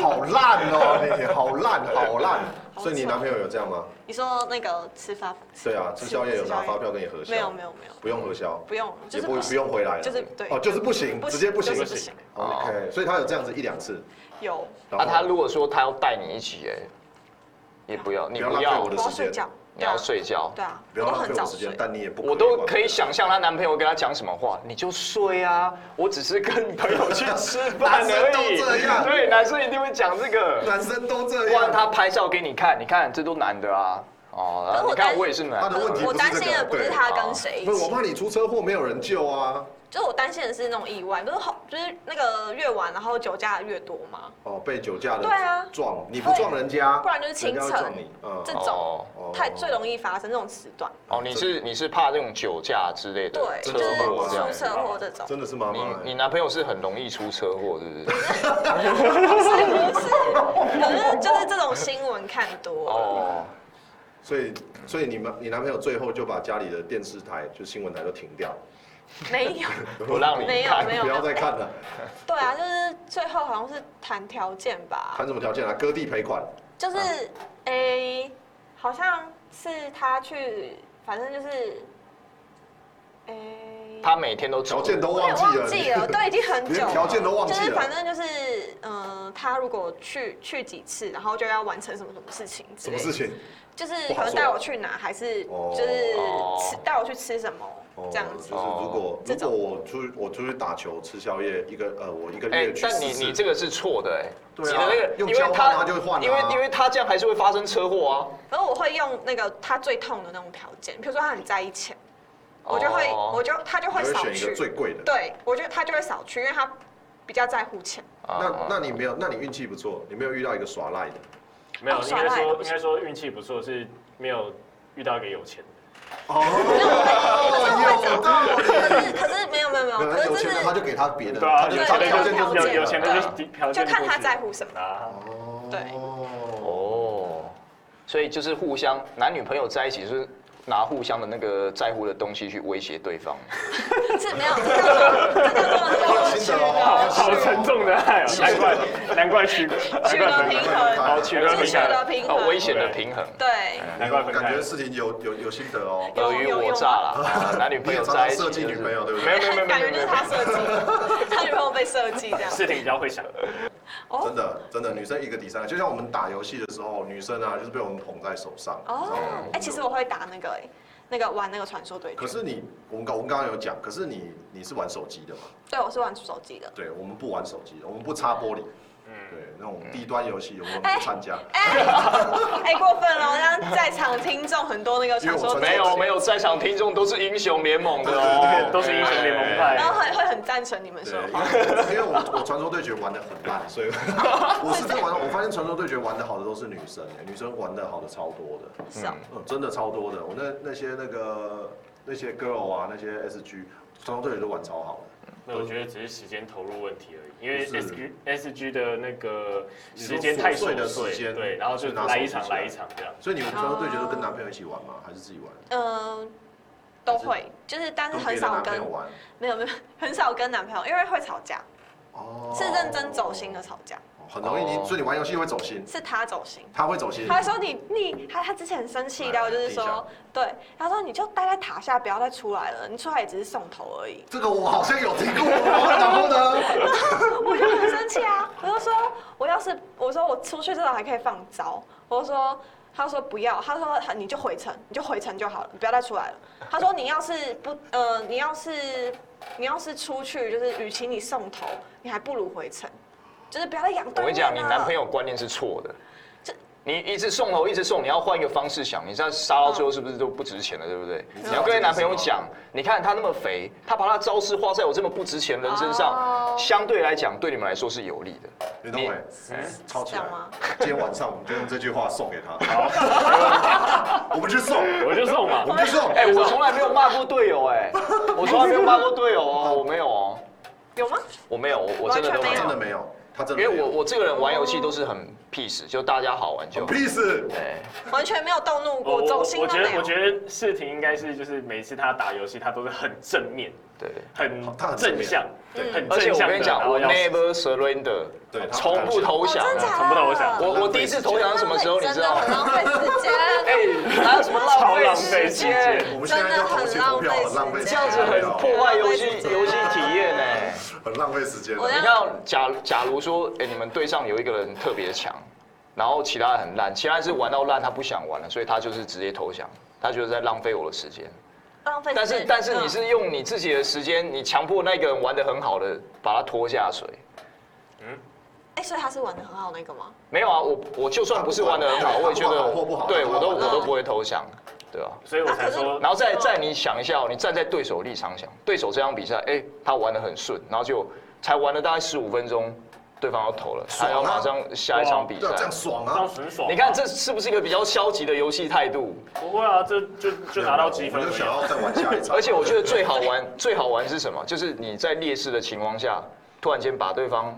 S1: 好烂哦，你好烂，好烂。所以你男朋友有这样吗？
S4: 话，你说那个吃发
S1: 对啊，吃宵夜有拿发票跟你核销？
S4: 没有没有没有，
S1: 不用核销，
S4: 不用就
S1: 也
S4: 是
S1: 不
S4: 不
S1: 不用回来了，
S4: 就是对
S1: 哦，就是不行，
S4: 不
S1: 直
S4: 行
S1: 接不行，
S4: 就是不行。
S1: 哦 OK，所以他有这样子一两次，
S4: 有
S1: 然
S3: 啊，
S1: 后
S3: 他如果说他要带你一起，哎，也不要，你
S1: 不要
S3: 不
S1: 浪费
S3: 要
S1: 我的时
S4: 我要
S1: 间
S4: 睡觉，
S3: 你要睡觉。
S4: 对啊，
S1: 不
S4: 对啊，
S1: 要浪
S4: 我都
S1: 费
S4: 很
S1: 我
S4: 早
S1: 的时间
S4: 睡，。
S1: 但你也不
S3: 我都
S1: 管
S3: 可以想象她男朋友跟她讲什么话，你就睡啊，我只是跟朋友去吃 饭
S1: 男生
S3: 而
S1: 都
S3: 已。
S1: 这样
S3: 对，男生一定会讲这个，
S1: 男生都这
S3: 不然
S1: 样，
S3: 他拍照给你看，你看这都男的啊，哦，
S4: 可是
S3: 然后
S4: 我
S3: 你看
S4: 担
S3: 我也是男
S1: 他的
S3: 的，
S1: 问题不
S4: 我
S1: 是
S4: 担
S1: 这
S4: 心
S1: 个
S4: 的不是
S1: 对啊
S4: 他
S3: 好
S4: 跟谁一
S1: 不是我
S4: 起，
S1: 怕你出车祸没有人救啊，
S4: 就是我担心的是那种意外，不是后就是那个越晚然后酒驾的越多嘛，
S1: 哦，被酒驾的
S4: 对啊
S1: 撞，你不撞人家，
S4: 不然就是清
S1: 人家会
S4: 晨
S1: 撞你，嗯
S4: 这
S3: 哦
S4: 种
S1: 哦
S4: 太最容易发生这种时段，
S3: 哦，你是你是怕这种酒驾之类的
S4: 对，
S3: 车
S4: 就是
S3: 祸这样
S4: 出。车祸这种，
S1: 哦 真的是欸妈妈
S3: 你你男朋友是很容易出车祸，是不是？
S4: 不是不是，可是就是这种新闻看多了，
S3: 哦，
S1: 所以，所以你们你男朋友最后就把家里的电视台就新闻台都停掉，
S4: 没有
S3: 不让你
S4: 没有
S3: 看
S4: 没有
S1: 不要再看 了。
S4: 对啊，就是最后好像是谈条件吧，
S1: 谈什么条件啊？割地赔款，
S4: 就是诶、好像是他去，反正就是诶、
S3: 他每天都
S1: 条件都
S4: 我
S1: 忘
S4: 也
S1: 记了，
S4: 忘记了，对，已经很
S1: 连
S4: 久了，
S1: 条件都忘记了
S4: 就是反正就是，嗯、他如果去去几次，然后就要完成什么什么事情之
S1: 什
S4: 类
S1: 么事
S4: 的，
S1: 情？
S4: 就是
S1: 不好
S4: 可能
S1: 说
S4: 带我去哪，还是
S1: 哦
S4: 就是
S3: 哦
S4: 吃带我去吃什么
S1: 哦
S4: 这样子
S1: 就。是如果
S4: 这
S1: 如果
S4: 种
S1: 我出去我出去打球吃宵夜，一个呃我一个
S3: 哎、
S1: 月去
S3: 但你
S1: 四次
S3: 你这个是错的哎、
S1: 对啊
S3: 你的那个，
S1: 用
S3: 因为
S1: 交换他就会换啊
S3: 因为因为他这样还是会发生车祸啊。
S4: 然后我会用那个他最痛的那种条件，比如说他很在意钱，我就会
S3: 哦
S4: 我就他就会
S1: 你
S4: 少
S1: 选一个
S4: 去，
S1: 最贵的。
S4: 对我觉得他就会少去，因为他比较在乎钱。
S3: 啊
S1: 那那你没有，那你运气不错，你没有遇到一个耍赖的。
S2: 没有，
S4: 哦
S2: 应
S4: 耍
S2: 该
S4: 赖
S2: 说
S4: 的不
S2: 应该说运气不错，是没有遇到一个有钱的。
S1: 哦，有道理。
S4: 可是可是没有没有没有，
S1: 可
S4: 哦可
S1: 能
S4: 是
S1: 有
S4: 就
S1: 钱
S4: 是
S1: 人他就给他别的，
S2: 对啊，
S1: 他就
S2: 有
S1: 他
S2: 钱
S1: 的
S2: 的
S1: 条件
S4: 条件
S1: 就
S4: 就是是
S2: 有有钱的
S1: 这样
S2: 就是条
S4: 就
S2: 件
S4: 看
S2: 过
S4: 他
S2: 去
S4: 在乎什么。
S2: 啊。
S1: 哦
S4: 对
S3: 哦，所以就是互相男女朋友在一起就是拿互相的那个在乎的东西去威胁对方。
S4: 是没有，这叫做这叫做这叫做取
S1: 好
S4: 得
S2: 好沉重的爱哦，难怪难怪取
S4: 取
S2: 难怪
S4: 得
S2: 分
S4: 平
S2: 开，
S4: 衡，
S2: 好取得
S4: 是
S2: 平
S4: 取得
S2: 衡，
S4: 平
S3: 哦，
S4: 衡，
S3: 危险的平衡，
S4: 对，
S2: 难怪分
S1: 感
S2: 开
S1: 觉。事情有有有心得哦。
S4: 有
S3: 尔虞我诈啦，啊男女
S1: 你
S3: 朋
S1: 也
S3: 友
S1: 常
S3: 在
S1: 常
S3: 一 起
S1: 设计
S3: 就是
S1: 女朋友，对不
S3: 没
S1: 对？
S3: 有没有没有没
S4: 感
S3: 有没
S4: 觉就是
S3: 有，
S4: 他设计，他女朋友被设计这样。
S2: 事情比较会想，
S1: 真
S4: 哦
S1: 的真的，女生一个抵三个，就像我们打游戏的时候，女生啊就是被我们捧在手上。你知道吗
S4: 哦，哎，其实我会打那个哎，那个玩那个传说对
S1: 可
S4: 决，
S1: 是你，我们刚我们刚刚有讲，可是你你是玩手机的嘛？
S4: 对我是玩手机的。
S1: 对，我们不玩手机，我们不擦玻璃。
S3: 嗯
S1: 对，那种低端游戏我们不参加。
S4: 哎，哎，过分了！让在场听众很多那个传说对
S3: 没
S4: 决，
S3: 有没有，在场听众都是英雄联盟的哦，
S2: 都是英雄联盟
S4: 然后
S2: 派。
S4: 会会很赞成你们说
S1: 对，因
S4: 的话。
S1: 为因为我我传说对决玩的很烂，所以 我是真的玩得。我发现传说对决玩的好的都是女生、欸，女生玩的好的超多的，
S4: 是哦，
S1: 嗯，真的超多的。我那那些那个那些 girl 啊，那些 SG 传说对决都玩超好的。
S2: 那我觉得只是时间投入问题而已，因为
S1: 不是
S2: S G S G 的那个
S1: 你
S2: 时
S1: 说
S2: 间太
S1: 琐碎
S2: 琐
S1: 的时
S2: 碎，
S1: 间
S2: 对，然后就
S1: 去拿
S2: 来
S1: 手
S2: 一
S1: 机
S2: 场
S1: 出来
S2: 来一场这样。
S1: 所以你们传说对决都跟男朋友一起玩吗？还是自己玩？
S4: 嗯，都会，就是但是
S1: 跟
S4: 很
S1: 别的
S4: 少
S1: 男朋
S4: 跟
S1: 友玩？
S4: 没有没有很少跟男朋友，因为会吵架，
S1: 哦
S4: 是认真走心的，吵架，
S1: 很容易你，所以你玩游戏会走心，
S4: 是他走心。
S1: 他会走心。
S4: 他还说你你他他之前很生气到就是
S1: 来来
S4: 说对，他说你就待在塔下不要再出来了，你出来也只是送头而已。
S1: 这个我好像有听过，然后呢？
S4: 我就很生气啊，我就说我要是我说我出去至少还可以放招，我就说。他说不要，他说你就回城，你就回城就好了，你不要再出来了。他说你要是不呃，你要是你要是出去，就是与其你送头，你还不如回城，就是不要再养
S3: 我
S4: 对
S3: 跟你讲，你
S4: 面了
S3: 男朋友观念是错的
S4: 这。
S3: 你一直送头，一直送，你要换一个方式想，你这样杀到最后是不是都不值钱了，对不对？
S1: 嗯
S3: 你要跟男朋友讲，你看他那么肥，他把他的招式花在我这么不值钱的人身上
S4: 哦，
S3: 相对来讲对你们来说是有利的。
S1: 你懂没？抄起来
S4: 这样吗。
S1: 今天晚上我们就用这句话送给他。 我们去送，
S2: 我就送嘛
S1: 我，们去送。
S3: 哎，我从来没有骂过队友，哎，我从来没有骂过队友哦，我没有哦，
S4: 有吗？
S3: 我没有，我我真的都
S4: 完
S3: 没
S4: 全
S1: 真
S3: 有
S1: 的，没有，他真
S3: 因
S1: 的
S3: 为
S1: 没有
S3: 我我这个人玩游戏都是很 peace，就大家好玩就
S1: 很。peace。
S3: 哎，
S4: 完全没有动怒过，走心
S2: 我
S4: 都
S2: 觉
S4: 没
S2: 得我
S4: 有。
S2: 觉得世婷应该是就是每次他打游戏，他都是很正面，
S3: 对。
S2: 很
S1: 嗯他很正面
S2: 正向，对，很
S3: 而且
S2: 正
S3: 我
S2: 向
S3: 跟
S2: 的。
S3: 你
S2: 然
S3: 讲，
S2: 后
S3: 我
S2: 要
S3: never surrender，
S1: 对他
S3: 从不投降
S4: 哦
S3: 啊。
S4: 真的假的？
S2: 从不到我想
S3: 我我第一次投降是什么时候？你知道
S4: 真的很
S3: 吗？
S4: 浪费时间。
S3: 哎，哪有什么浪
S2: 超
S3: 费
S2: 浪
S3: 时
S2: 费时间
S3: 间？
S1: 我们现在就投钱投票，很浪费时
S3: 这
S1: 间，
S3: 样子很破坏游戏
S4: 浪费时间
S3: 游戏体验呢。
S1: 很浪费时间。
S4: 我
S3: 你
S4: 要
S3: 看，假假如说，哎，你们队上有一个人特别强，然后其他人很烂，其他人是玩到烂，他不想玩了，所以他就是直接投降，他觉得在浪费我的时间。
S4: 浪费时间。
S3: 但是但是你
S4: 嗯
S3: 是用你自己的时间，你强迫那个人玩的很好的，把他拖下水。
S4: 哎，所以他是玩的很好那个吗？
S3: 没有啊，我我就算不是玩的很好，我也觉得
S1: 好或不好
S3: 对我都
S1: 好或不
S3: 我
S1: 好
S3: 都不会投降，对吧、
S2: 所以我才
S4: 啊可
S2: 说
S4: 是
S3: 然后再再你想一下哦，你站在对手立场想，对手这场比赛，哎、他玩的很顺，然后就才玩了大概十五分钟，对方要投了，
S1: 爽
S3: 还
S1: 啊
S3: 要马上下一场比
S1: 对啊，这
S3: 赛
S1: 样。爽
S2: 当
S1: 啊！
S2: 时爽啊。
S3: 你看这是不是一个比较消极的游戏态度？
S2: 不会啊，这就就拿到积分
S1: 我
S2: 而
S1: 就
S2: 已
S1: 想
S2: 啊。
S1: 要再玩下一场。
S3: 而且我觉得最好玩 最好玩是什么？就是你在劣势的情况下，突然间把对方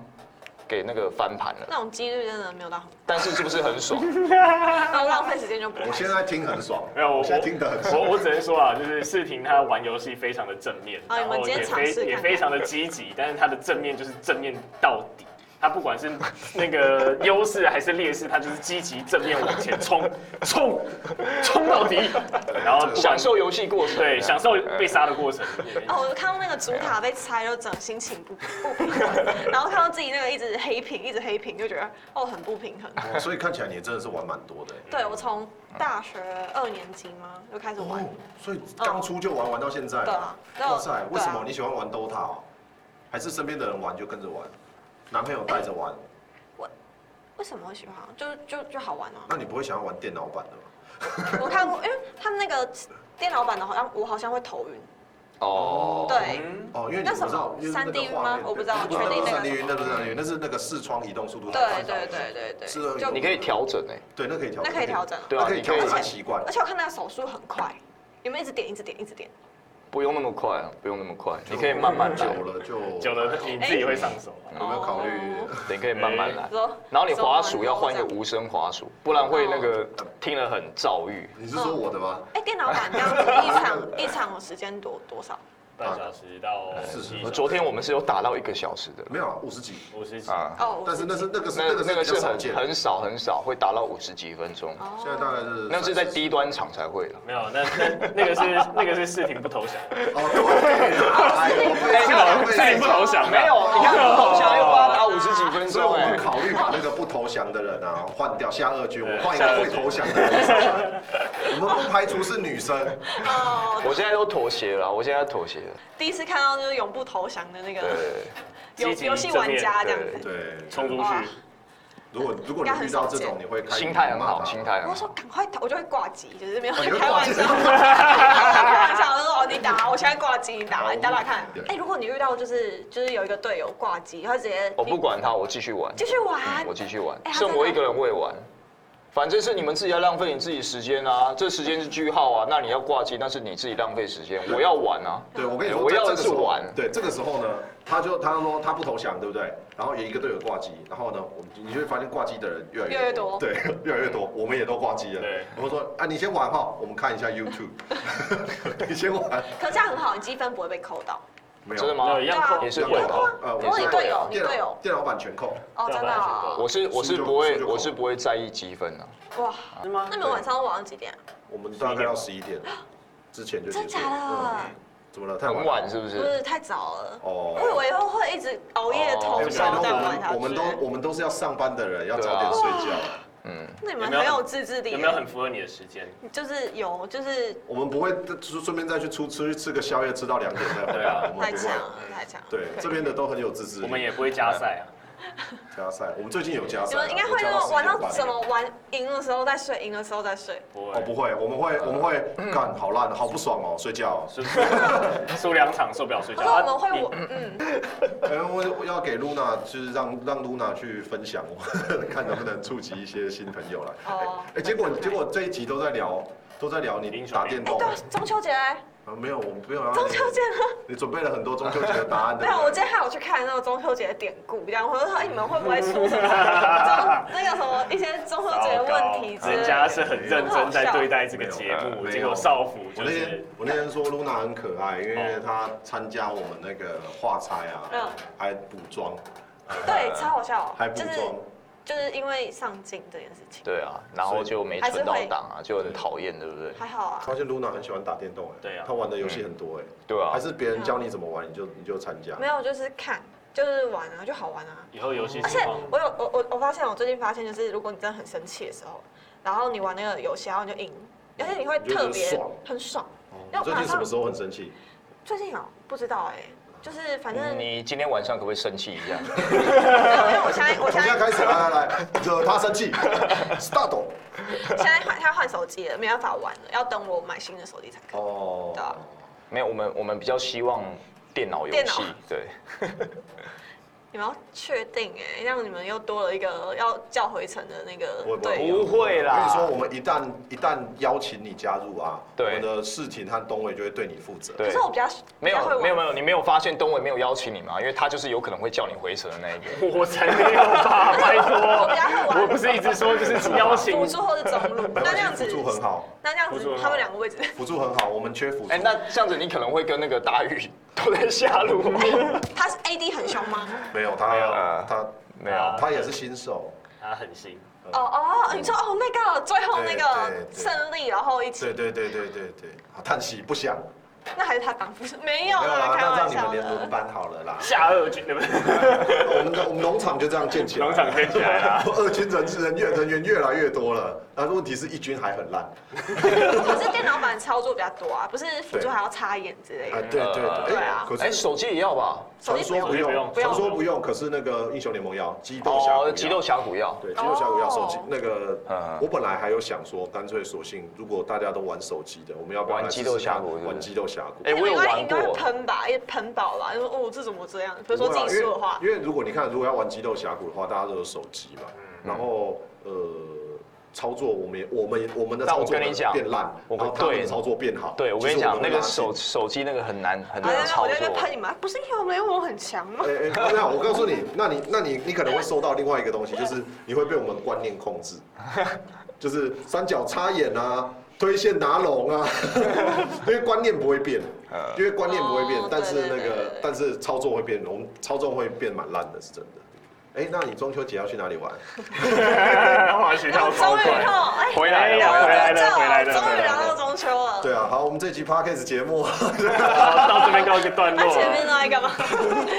S3: 给那个翻盘了，
S4: 那种几率真的没有到很
S3: 但是是不是很爽？
S4: 高，然后浪费时间就不会
S1: 我。现在听很爽，
S2: 没有，我
S1: 我现在听得很爽。
S2: 我我只能说啊，就是世婷她玩游戏非常的正面，
S4: 啊你
S2: 然
S4: 们
S2: 后
S4: 今天
S2: 也
S4: 尝试看
S2: 非
S4: 看
S2: 也非常的积极，但是她的正面就是正面到底，他不管是那个优势还是劣势，他就是积极正面往前 冲，冲，冲到底，然后不管
S3: 享受游戏过程，
S2: 对享受被杀的过程。
S4: 哦，我看到那个主塔被拆，就整个心情不不平 衡，然后看到自己那个一直黑屏，一直黑屏，就觉得哦很不平衡。
S1: 哦所以看起来你真的是玩蛮多的欸。
S4: 对我从大学二年级嘛就开始玩，
S1: 哦，所以刚出就玩，玩到现在。
S4: 对啊那我
S1: 哇塞，为什
S4: 对
S1: 么
S4: 啊
S1: 你喜欢玩 DOTA 哦？还是身边的人玩就跟着玩，男朋友带着玩，
S4: 哎为什么会喜欢？啊就就就好玩啊！
S1: 那你不会想要玩电脑版的吗？
S4: 我看过，因为他们那个电脑版的，好像我好像会头晕。
S3: 哦，
S4: 对
S3: 嗯
S1: 哦，因为你
S4: 那
S1: 不
S4: 什么
S1: 知道，因为那个
S4: 3D 晕吗
S1: 画面
S4: 我不知道我
S1: 不
S4: 确定那个
S1: 三 D
S4: 什
S1: 晕，
S4: 么
S1: 那不是三 D 晕，那是那个视窗移动速度才
S4: 对
S1: 看到的。
S4: 对对对对，
S1: 是啊
S4: 就
S1: 你
S3: 你可以调整哎，
S1: 对，那可以调，
S4: 那可以调整啊
S3: 对啊
S1: 那可以调
S3: 你
S1: 整
S3: 可以
S1: 他习惯
S4: 而。且我看那个手速很快，你们一直点，一直点，一直点。
S3: 不用那么快啊，不用那么快，你可以慢慢
S1: 久
S3: 来，
S1: 了就
S2: 久了你自己会上手。
S4: 哎
S1: 有没有考虑？
S4: 哦
S3: 对，你可以慢慢来
S4: 你。说
S3: 然后你滑鼠要换一个。无声滑鼠，不然会那个听了很躁郁。
S1: 你是说我的吗？
S4: 哎，电脑版这样子一场一场的时间多多少？
S2: 半小时到
S1: 是哎是
S2: 一
S1: 我
S2: 小
S3: 昨天我们是有打到一个小时的
S1: 没有啊，五十几。
S2: 时五十几，
S3: 啊，
S4: 哦，
S1: 但是那是那个是
S3: 那
S1: 那个
S3: 那个
S1: 是比
S3: 是
S1: 较少
S3: 很
S1: 见，
S3: 很少很少会打到五十几分钟，
S1: 现在大概是
S3: 那是在低端场才会了。
S2: 没有那那那个是那个是视频不投降，
S1: 哦， 对，哎我被
S3: 哎看
S1: 我被
S2: 视频不投降啊
S3: 没有，你看我现在又帮他打五十几分
S1: 所以我
S3: 钟哎
S1: 们。考虑把那个不投降的人啊换掉，下二军，我换一个会投降的人上来。我们不排除是女生，
S4: 哦，
S3: 我现在都妥协了，我现在妥协了。
S4: 第一次看到就是永不投降的那
S3: 对
S4: 个游
S2: 积极
S4: 游戏玩家这样子。
S1: 对，
S2: 冲出
S4: 哇
S2: 去。
S1: 如果如果你遇到这种，你会开
S3: 心态很好，心态很
S4: 我
S3: 好
S4: 说。赶快打，我就会挂机，就是没有
S1: 哦你会
S4: 开玩笑，
S1: 挂机
S4: 开玩笑，我就说哦你打，我现在挂机，你打，
S1: 好
S4: 你打打看
S1: 对。
S4: 哎，如果你遇到就是就是有一个队友挂机，他直接
S3: 我不管他，我继续玩，
S4: 继续玩
S1: 嗯
S3: 我，继续玩
S4: 哎，他
S3: 剩
S4: 真的
S3: 我一个人会玩。反正是你们自己要浪费你自己时间啊，这时间是句号啊，那你要挂机，那是你自己浪费时间。我要玩啊，
S1: 对，我跟你说，
S3: 我要
S1: 在这
S3: 的
S1: 个
S3: 是
S1: 时候
S3: 玩
S1: 对，这个时候呢，他就他说他不投降，对不对？然后也一个队友挂机，然后呢，我们你就会发现挂机的人越来
S4: 越来越多
S1: 对， 越来越多，我们也都挂机了。
S2: 对
S1: 我们说啊，你先玩哈，我们看一下 YouTube，你先玩，
S4: 可这样很好，你积分不会被扣到。
S1: 没有
S3: 真的？
S2: 没
S3: 吗
S2: 有一？样扣
S3: 也是
S1: 要
S3: 会
S1: 扣
S3: 吧？
S1: 呃，
S4: 哦你说你队友，你
S1: 电脑
S4: 队友，
S1: 电脑版全扣，
S4: 哦，真的哦，
S3: 我是我
S1: 输
S3: 是
S1: 就
S3: 不
S1: 输
S3: 会
S1: 就
S3: 我是
S1: 扣
S3: 不会在意积分啊的，
S4: 哇，
S2: 是吗
S4: 那？你们晚上玩到几点啊？
S1: 我们大概要十一点之前就结束
S4: 真假的
S1: 了。嗯？怎么了？太
S3: 很
S1: 晚了。
S3: 晚是不
S4: 不
S3: 是？
S4: 是太早了，
S1: 哦
S4: 我以为会一直熬夜通
S1: 拜
S4: 宵
S1: 托
S4: 在
S1: 我
S4: 玩下
S1: 们
S4: 去。
S1: 我们都我们都是要上班的人，要早点
S3: 对啊
S1: 睡觉。
S3: 嗯，
S4: 那你们很有自制力耶，
S2: 有没有很符合你的时间？
S4: 就是有就是
S1: 我们不会顺顺便再去出出去吃个宵夜，吃到两点 再回
S2: 对
S1: 来
S2: 啊。
S1: 我们
S4: 太
S1: 不
S4: 强
S1: 会。
S4: 了，太强了。
S1: 对，这边的都很有自制力。
S2: 我们也不会加赛啊。
S1: 加赛，我们最近有加
S4: 你
S1: 赛啊。
S4: 们应该会
S1: 有加
S4: 那种
S1: 10点
S4: 玩到
S1: 半
S4: 什么？玩赢的时候再睡，赢的时候再睡。
S2: 不
S1: 哦，不会，
S2: 会，
S1: 我们会我们会干，好烂，好不爽哦，睡觉。
S2: 是不是输两场受不了睡觉。
S4: 可是我
S2: 啊
S4: 们会
S2: 你
S4: 我嗯，
S1: 哎，我我要给露娜，就是让让露娜去分享，我看能不能触及一些新朋友来。
S4: 哦
S1: 哎，结果结果这一集都在聊都在聊你
S2: 英雄
S1: 打电
S2: 联盟
S4: 哎，
S1: 动
S4: 对，啊，中秋节，
S1: 啊没有，我们没有啊。
S4: 中秋节呢？
S1: 你准备了很多中秋节的答案，
S4: 没
S1: 对不
S4: 有，
S1: 对
S4: 我今天还有去看那个中秋节的典故，这样我就说，哎，你们会不会出什么中那个什么一些中秋节的问题之类
S2: 人家
S4: 的？
S2: 是很认真在对待这个节
S1: 没
S2: 目，
S1: 有
S2: 结果少辅
S1: 我
S2: 就
S1: 那天
S2: 是
S1: 我那天说露娜很可爱，因为
S2: 哦
S1: 她参加我们那个画差
S4: 嗯
S1: 啊，还补妆，
S4: 对，超好笑
S1: 还，
S4: 就
S1: 补
S4: 是
S1: 妆，
S4: 就是因为上镜这件事情，
S3: 对啊，然后就没存到档啊，就很讨厌，对不对？
S4: 还好啊。
S1: 发现露娜很喜欢打电动哎，
S2: 对啊
S1: 她玩的游戏很多哎，
S3: 对啊
S1: 还，是别人教你怎么玩，你就你就参加
S4: 嗯没。有，就是看，就是玩啊，就好玩啊。
S2: 以后游戏
S4: 而
S2: 情
S4: 且
S2: 况
S4: 我有我我我发现我最近发现就是，如果你真的很生气的时候，然后你玩那个游戏，然后你就赢，而且你会特
S1: 你就觉得
S4: 别
S1: 爽哦
S4: 很爽。
S1: 你最近什么时候很生气？
S4: 最近哦，不知道哎、就是反正没
S3: 你今天晚上可不可以生气一 下？
S4: 有，因为我现在我
S1: 从
S4: 现
S1: 现在
S4: 在
S1: 开始，来来 来，惹他生气，start。
S4: 现在换他换手机了，没办法玩了，要等我买新的手机才可以。
S1: 哦
S4: 对啊，
S3: 没有，我们我们比较希望电脑游
S4: 电脑
S3: 戏，对。
S4: 你们要确定哎、让你们又多了一个要叫回程的那个
S1: 我也不
S4: 队友。
S3: 不会啦
S1: 我跟你说，我们一旦一旦邀请你加入啊，我
S3: 对
S1: 们的事情和东伟就会对你负责。
S3: 对
S4: 可是我比较
S3: 没
S4: 比较会
S3: 有
S4: 玩
S3: 没有没有，你没有发现东伟没有邀请你吗？因为他就是有可能会叫你回城的那一个。
S2: 我才没有吧，拜
S4: 我比
S2: 托。
S4: 较会玩
S2: 我不是一直说就是邀请
S4: 辅助或者中路，
S1: 没
S4: 那
S1: 关
S4: 这
S1: 系
S4: 样子
S1: 辅助很好，
S4: 那这样
S2: 辅助很好
S4: 子他们两个位置。
S1: 辅助很好，我们缺辅助。
S3: 哎、那这样子你可能会跟那个大宇 都在下路。
S4: 他是 AD 很凶吗？
S1: 没有，他
S2: 没有
S1: 他
S3: 没有
S2: 啊
S1: 他也是新手，
S2: 他很新，
S4: 哦哦，你说哦那个最后
S1: 对
S4: 那
S1: 对
S4: 个
S1: 对
S4: 胜利，然后一起
S1: 对，对对对对对，好啊叹息不想，
S4: 那还是他当不是没有
S1: 没有啊
S4: 啦，
S1: 啦，
S4: 开
S1: 那让
S4: 玩
S1: 你们
S4: 笑
S1: 连轮
S4: 的。
S1: 班好了啦。
S2: 下二军对不对？
S1: 我们的我们农场就这样建起来，
S2: 农场建起来啦。
S1: 二军人是人越人员越来越多了，但问题是一军还很烂。
S4: 可是电脑版操作比较多啊，不是辅助还要插眼之类
S1: 啊，
S4: 的。
S1: 对对
S4: 对
S1: 对，
S4: 啊
S1: 可
S3: 哎，
S1: 是
S3: 手机也要吧？
S1: 传说不用，
S2: 不用
S1: 传说不用，可是那个英雄联盟要激斗峡谷
S3: 哦
S1: 要，，
S3: 极豆峡谷要。
S1: 对，肌肉峡谷要手机
S4: 哦
S1: 那个
S3: 嗯，
S1: 我本来还有想说，干脆索性，如果大家都玩手机的，我们要不要
S3: 玩
S1: 来
S3: 肌
S1: 试试
S3: 肉峡
S1: 看
S3: 谷是不是
S1: 玩肌肉峡谷？
S3: 哎我有玩
S4: 应该会
S3: 过
S4: 喷吧，也喷饱了。就说哦，这怎么这样？比如说
S1: 不会啊
S4: 自己说的话，
S1: 因为因为如果你看，如果要玩激斗峡谷的话，大家都有手机嘛，
S3: 嗯
S1: 然后呃。操作我们也我们也我们的
S3: 但
S1: 操
S3: 我
S1: 作
S3: 跟你讲
S1: 变烂，
S3: 我
S1: 然后他们
S3: 对
S1: 的操作变好。
S3: 对，我跟你
S1: 其实
S3: 讲，
S1: 们
S3: 那
S1: 会
S3: 个
S1: 拉近
S3: 手手机那个很难很
S4: 好，
S3: 难
S4: 那
S3: 操
S4: 我就在那边
S3: 作
S4: 喷。你们啊，不是因为我们联盟很强吗
S1: 哎？哎，那我告诉你，那你那你你可能会收到另外一个东西，就是你会被我们观念控制，就是三角插眼啊，推线拿龙啊， 因为观念不会变，因为观念不会变
S4: 哦，
S1: 但是
S4: 对
S1: 那
S4: 对对对
S1: 个
S4: 对
S1: 但是操作会变，我们操纵会变蛮烂的，是真的。哎，那你中秋节要去哪里玩？
S2: 滑雪
S4: 然
S2: 跳
S4: 后
S2: 超
S4: 终于
S2: 快，
S4: 哦，哎，
S3: 回来了
S4: 聊
S2: 回来
S4: 到
S2: 了
S4: 这
S2: 回来了
S4: 终
S2: 回
S4: 于
S2: 来
S4: 聊
S2: 了
S4: 到中秋了。
S1: 对啊，好，我们这集 podcast 节目
S2: 好 到这边告一个段
S4: 那
S2: 落。
S4: 啊前面都在干嘛？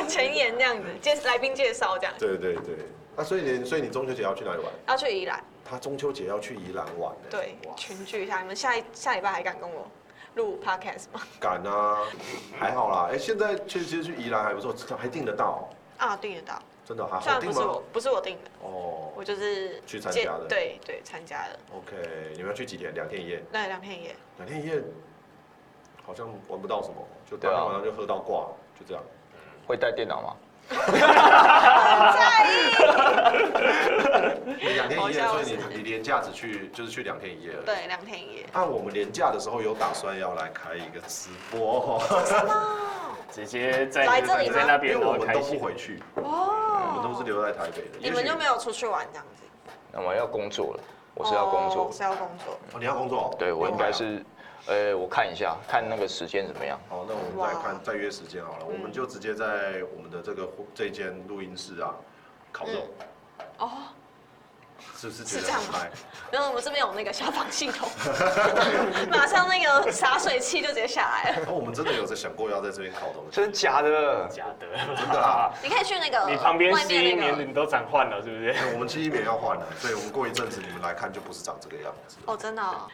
S4: 前言那样子，介来宾介绍这样，
S1: 对对对，啊，所以你所以你中秋节要去哪里玩？
S4: 要去宜兰，
S1: 他中秋节要去宜兰玩、欸，
S4: 对，
S1: 哇，
S4: 群聚一下。你们下一下礼拜还敢跟我录 podcast 吗？
S1: 赶啊，还好啦，哎、现在其实其实去宜兰还不错，还订得到、
S4: 啊，订得到，
S1: 真的还
S4: 虽
S1: 好
S4: 然不
S1: 定
S4: 是
S1: 吗
S4: 我？，不是我订的，
S1: 哦
S4: 我就是
S1: 去参
S4: 借
S1: 加的
S4: 对对，参加的，
S1: ，OK，你们要去几天？两天一夜？
S4: 那两天一夜。
S1: 两天一夜好像玩不到什么，就
S3: 对
S1: 当
S3: 啊
S1: 天晚上就喝到挂，就这样。
S3: 会带电脑吗？
S4: 在意，
S1: 你两天一夜，
S4: 啊好
S1: 所
S4: 像
S1: 以
S4: 是
S1: 你你连假只去就是去两天一夜而已。
S4: 对，两天一夜。
S1: 那我们连假的时候有打算要来开一个直播，哦
S4: 哦
S2: 直接在
S4: 来这里吗
S2: 在那
S1: 因为
S2: 边，然
S1: 我
S2: 后
S1: 们
S2: 开
S1: 都不
S2: 心。
S1: 回去，我们
S4: 哦，
S1: 都是留在台北的。
S4: 你们
S1: 也许
S4: 就没有出去玩这样子？
S3: 那我要工作了，我是要工作
S4: 哦。是要工作。
S1: 哦，你要工作？
S3: 对，我应该
S1: 哦。
S3: 是，呃，我看一下，看那个时间怎么样。
S1: 好，那我们再看再约时间好了，我们就直接在我们的这个这间录音室啊烤肉，
S4: 哦，
S1: 是不是觉
S4: 是
S1: 得
S4: 这样
S1: 很
S4: 吗
S1: 嗨？
S4: 然后我们这边有那个消防系 统，马上那个洒水器就直接下来了。
S1: 哦，我们真的有在想过要在这边烤东西，
S3: 真的假的？
S2: 假的，
S1: 真的啊啦。
S4: 你可以去那个
S2: 你旁边
S4: 外
S2: 吸一
S4: 面那
S2: 年
S4: 个
S2: 你都长换了，是不是？
S1: 哎我们记忆棉要换了，所以我们过一阵子你们来看就不是长这个样子。
S4: 哦，真的哦、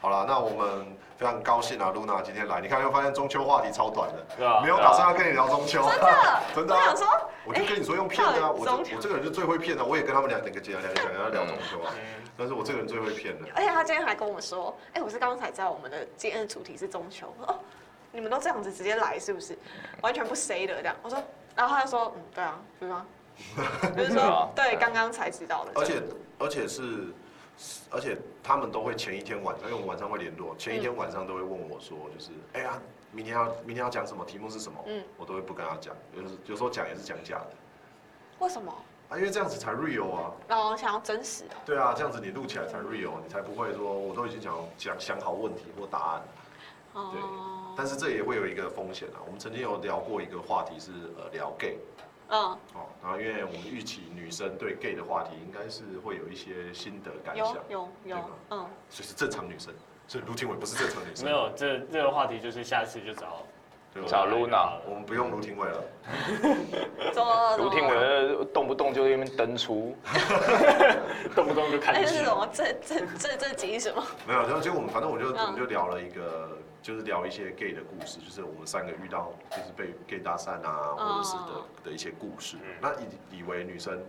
S1: 好了，那我们非常高兴啊，露娜今天来，你看又发现中秋话题超短
S2: 对啊
S1: 的，没有打算要跟你聊中秋，真
S4: 的
S1: 真的
S4: 我
S1: 啊
S4: 想。说，
S1: 我就跟你说用骗的啊，
S4: 哎
S1: 我
S4: 中
S1: 这
S4: 秋
S1: 我这个人就最会骗的，我也跟他们两两个姐两个讲要聊中秋啊，
S2: 嗯
S1: 但是我这个人最会骗的。
S4: 而且他今天还跟我说，哎、我是刚刚才知道我们的今天的主题是中秋。我说哦，你们都这样子直接来是不是？完全不 say 的这样。我说，然后他就说，嗯，对啊，是吗？ 就是
S3: 对啊
S4: 说，对，刚刚才知道的。
S1: 而且而且是，而且他们都会前一天晚上，因为我们晚上会联
S4: 嗯
S1: 络，前一天晚上都会问我说，就是哎呀，明天要明天要讲什么，题目是什么，
S4: 嗯
S1: 我都会不跟他讲，有时有时候讲也是讲假的
S4: 为什么？
S1: 啊，因为这样子才 real 啊，
S4: 然后想要真实的。
S1: 对啊，这样子你录起来才 real，你才不会说我都已经讲讲想好问题或答案，对
S4: 哦，
S1: 但是这也会有一个风险啊，我们曾经有聊过一个话题是呃聊 gay。
S4: 嗯，
S1: 哦，然后因为我们预期女生对 gay 的话题应该是会有一些心得感想
S4: 有，有
S1: 对
S4: 有
S1: 吗，
S4: 嗯，
S1: 所以是正常女生，所以卢廷伟不是正常女生。
S2: 没，有，这这个话题就是下次就找
S1: 对吧
S3: 找 Luna
S1: 我们不用卢廷伟了。
S4: 怎么？
S3: 卢廷伟动不动就在那边登 出，
S2: 动不动就
S4: 哎，
S2: 看
S4: 这是
S2: 戏
S4: 什。么？这这这这集是什么？
S1: 没有，然后结果我们反正我就
S4: 嗯
S1: 我们就聊了一个，就是聊一些 gay 的故事，就是我们三个遇到就是被 gay 搭讪啊，或者是
S4: 哦
S1: 的的一些故事
S2: 嗯。
S1: 那以以为女生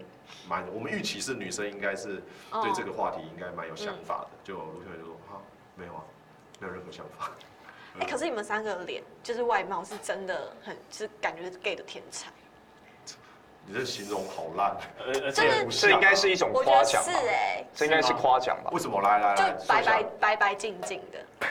S1: 蛮，我们预期是女生应该是
S4: 哦
S1: 对这个话题应该蛮有
S4: 嗯
S1: 想法的，就卢廷伟就说啊，没有啊，没有任何想法。
S4: 哎、可是你们三个脸就是外貌是真的很，是感觉是 gay 的天才，
S1: 你这形容好烂，啊
S2: 而而
S4: 就是
S2: 且
S3: 这应该是一种
S4: 我觉得
S3: 夸奖
S4: 是
S3: 吧？
S4: 哎、
S3: 这应该是夸奖吧？
S1: 为什么？来来来，
S4: 就白
S1: 哎说一
S4: 白
S1: 下
S4: 白白净净的，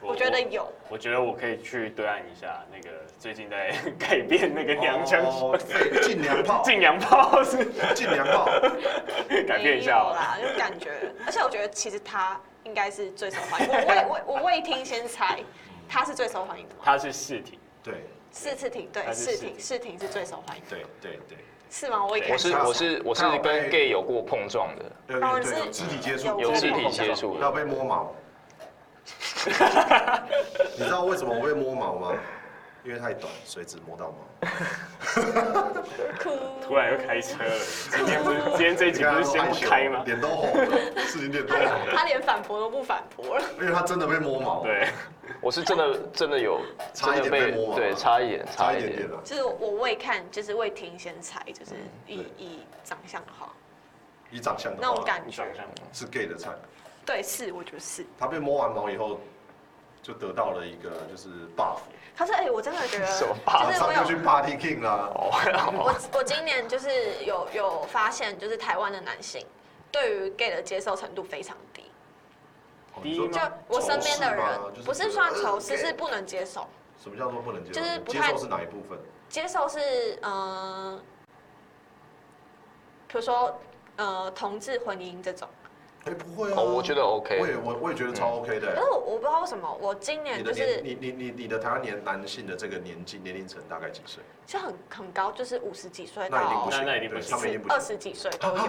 S4: 我觉得有，
S2: 我觉得我可以去对岸一下，那个最近在 改变那个娘腔，
S1: 哦废尽娘 炮，
S2: 进娘炮是
S1: 尽娘炮。
S2: 改变一
S4: 没
S2: 下
S4: 有
S2: 哦。
S4: 啦，就感觉，而且我觉得其实他应该是最受欢迎，我未我我未听先猜，他是最受欢迎的吗？
S2: 他是试题，
S1: 对
S4: 四次挺对，
S2: 他是
S4: 试
S2: 试
S4: 挺
S2: 挺
S4: 试挺是最受欢迎的，
S1: 对对对，
S4: 是吗？我一开
S3: 我
S4: 始
S3: 是我是我是
S1: 他有
S3: 跟
S1: 被
S3: gay 有过碰撞的，
S1: 有
S4: 哦
S1: 有
S4: 你是
S1: 呃对有肢体接触，
S3: 有肢体接触
S1: 要
S3: 的，
S1: 被摸毛。 你知道为什么我被摸毛吗？因为太短，所以只摸到毛。
S4: 哭，
S2: 突然又开车 了，今天不是今天这一集
S1: 你看他
S2: 不是
S1: 都
S2: 先
S1: 害
S2: 不
S1: 羞
S2: 开吗？
S1: 脸都红了，事情脸都红了，
S4: 他连反驳都不反驳了。
S1: 因为他真的被摸毛，，
S2: 对，
S3: 我是真的真 的有
S1: 差
S3: 真
S1: 一
S3: 的
S1: 点被摸嘛
S3: 对差一点
S1: 差
S3: 差
S1: 一
S3: 一
S1: 点啊
S3: 点
S1: 点，了。
S4: 就是我未看，就是未听先猜，就是以
S1: 对
S4: 以长相的话，
S1: 以长相的
S4: 那种
S1: 话，
S4: 感
S2: 你想
S4: 觉，
S2: 象
S1: 是 gay 的菜。
S4: 对，是，我觉得是。
S1: 他被摸完毛以后，就得到了一个就是 buff，
S4: 可是哎、我真的觉得，
S3: 什么
S1: 马
S4: 就是我
S1: 上就去
S4: 有
S1: party king 啦。
S3: 哦
S4: 我我今年就是有有发现，就是台湾的男性对于 gay 的接受程度非常低。
S1: 哦你说
S2: 第一
S4: 就我身边的人
S1: 仇视吗就是，
S4: 不是
S1: 觉得
S4: 算仇
S1: 呃
S4: 视，
S1: gay
S4: 是不能接受。
S1: 什么叫做不能接受？
S4: 就是不
S1: 接
S4: 太
S1: 受是哪一部分？
S4: 接受是嗯，比如说呃同志婚姻这种。
S1: 哎，不会啊。
S3: 哦，我觉得 OK，
S1: 我也我我也觉得
S2: 嗯
S1: 超 OK 的
S4: 可
S1: 欸
S4: 是。我我不知道为什么，我今
S1: 你
S4: 年
S1: 的
S4: 就是
S1: 年，你你你你的台湾年男性的这个年纪年龄层大概几岁？
S4: 就很很高，就是五十几岁
S1: 那一定
S4: 到
S1: 不行，
S2: 那那一定不
S1: 对
S2: 行
S1: 他们一定不
S4: 二
S1: 行，啊
S4: 十几岁都有，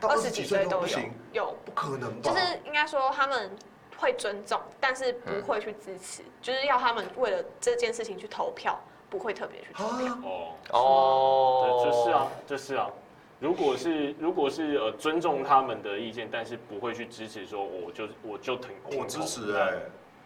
S1: 到
S4: 二
S1: 二
S4: 十
S1: 十
S4: 几
S1: 几
S4: 岁
S1: 岁都
S4: 都
S1: 不
S4: 有
S1: 行，
S4: 有，
S1: 不可能吧？
S4: 就是应该说他们会尊重，但是不会去支持，就是要他们为了这件事情去投票，不会特别去投票。
S1: 啊，
S2: 哦，
S3: 哦，
S2: 对，就是啊，，就是啊。如果是如果是呃尊重他们的意见，但是不会去支持说我就我就挺
S1: 我支持哎，
S3: 欸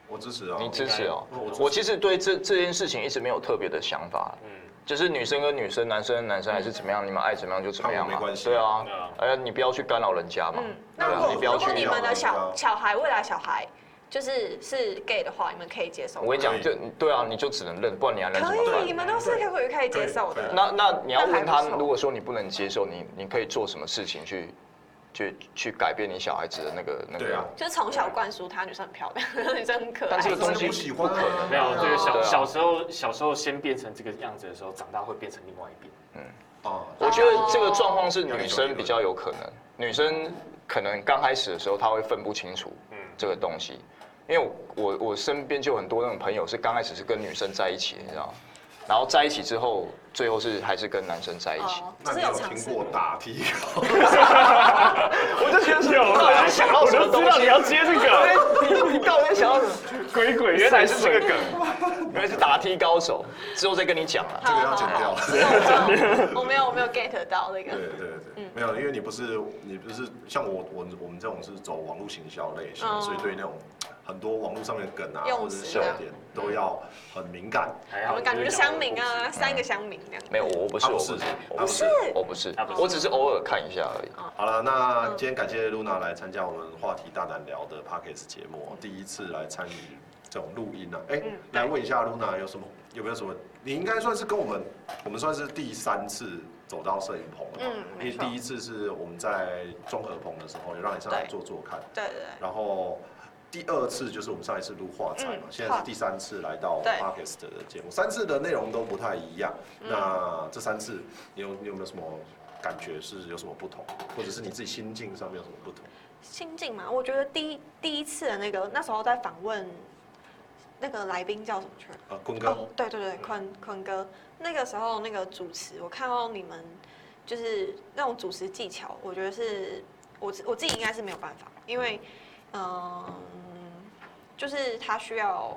S1: 我支持啊。
S3: 你支持哦。
S1: 我支持
S3: 我其实对这这件事情一直没有特别的想法，
S2: 嗯，
S3: 就是女生跟女生、男生跟男生还是怎么样，你们爱怎么样就怎么样
S1: 看
S3: 嘛
S1: 我没关。系
S3: 对啊
S2: 对啊，
S3: 哎，你不要去干扰人家嘛啊
S4: 嗯。，
S1: 那
S4: 那如
S1: 你
S4: 果
S1: 不要
S4: 如果
S1: 去
S4: 你
S1: 咬
S4: 们的
S1: 人
S4: 小
S1: 家
S4: 小孩未来小孩就是是 gay 的话，你们可以接受吗？
S3: 我跟你讲，
S1: 可
S3: 就对啊，你就只能认，不然你还能怎么
S4: 可以，
S3: 办
S4: 你？们都是可以可以接受
S1: 可以可
S4: 的
S1: 以。
S3: 那那你要问
S4: 那还
S3: 他
S4: 不，错
S3: 如果说你不能接受，你你可以做什么事情去去去改变你小孩子的那个那
S1: 对啊
S3: 个？
S4: 就是从小灌输她女生很漂亮，女生很可爱。
S3: 但 这个
S1: 真
S3: 东
S1: 的
S3: 西
S1: 不喜
S3: 不
S1: 欢啊
S3: 可能
S2: 没有这个
S3: 对
S2: 小
S3: 啊
S2: 小时候小时候先变成这个样子的时候，长大会变成另外一边。
S1: 啊，
S3: 我觉得这个状况是女生比较有可能，女生可能刚开始的时候她会分不清楚
S2: 嗯
S3: 这个东西，因为我我我身边就有很多那种朋友是刚开始是跟女生在一起，你知道吗，然后在一起之后，最后是还是跟男生在一起。
S4: 哦，
S1: 那
S4: 就是
S1: 你
S4: 有
S1: 有
S4: 尝试
S1: 听 过打踢球？
S3: 我就觉得
S2: 有啊
S3: 到底在想到什么东西？
S2: 要接这个
S3: 你你到底在想到什么？
S2: 鬼鬼
S3: 原来是这个梗，原来是打踢高手，之后再跟你讲啊了。
S1: 这个要剪掉
S4: 好好好只有哦我没有我没有我没有 get 到那
S1: 对
S4: 个。
S1: 对对，
S4: 嗯
S1: 没有，因为你不是你不是像我我我们这种是走网络行销类型，
S4: 嗯
S1: 所以对那种很多网络上面的梗啊，
S4: 用
S1: 或者是
S4: 词
S1: 笑
S4: 啊
S1: 点都要很敏感。
S2: 还
S4: 我
S2: 好，
S4: 们感觉就乡民啊，三个乡民这样。
S3: 没有，我我不是，
S1: 他
S3: 我
S1: 不
S3: 不
S1: 是
S3: 是，
S1: 他
S3: 我不
S1: 不
S3: 是
S1: 是，
S3: 我不是
S2: 他不，是
S3: 我只是偶尔看一下而已。
S1: 好了，那今天感谢露娜来参加我们话题大胆聊的 Pockets 节目，哦第一次来参与这种录音啊。哎、
S4: 嗯
S1: 来问一下露娜有什么有没有什么？你应该算是跟我们，我们算是第三次走到摄影棚了吧。
S4: 嗯
S1: 因
S4: 没
S1: 为
S4: 错
S1: 第一次是我们在综合棚的时候，有让你上来
S4: 对
S1: 做做看。
S4: 对对对，
S1: 然后第二次就是我们上一次录画彩嘛，
S4: 嗯
S1: 现在是第三次来到
S4: 对
S1: Podcast 的节目，三次的内容都不太一样。
S4: 嗯
S1: 那这三次你有你有没有什么感觉是有什么不同，或者是你自己心境上面有什么不同？
S4: 心境嘛，我觉得第一第一次的那个那时候在访问那个来宾叫什么去了？
S1: 啊，坤哥
S4: 哦，，对对对，坤坤哥，那个时候那个主持，我看到你们就是那种主持技巧，我觉得是我自我自己应该是没有办法，因为嗯，就是他需要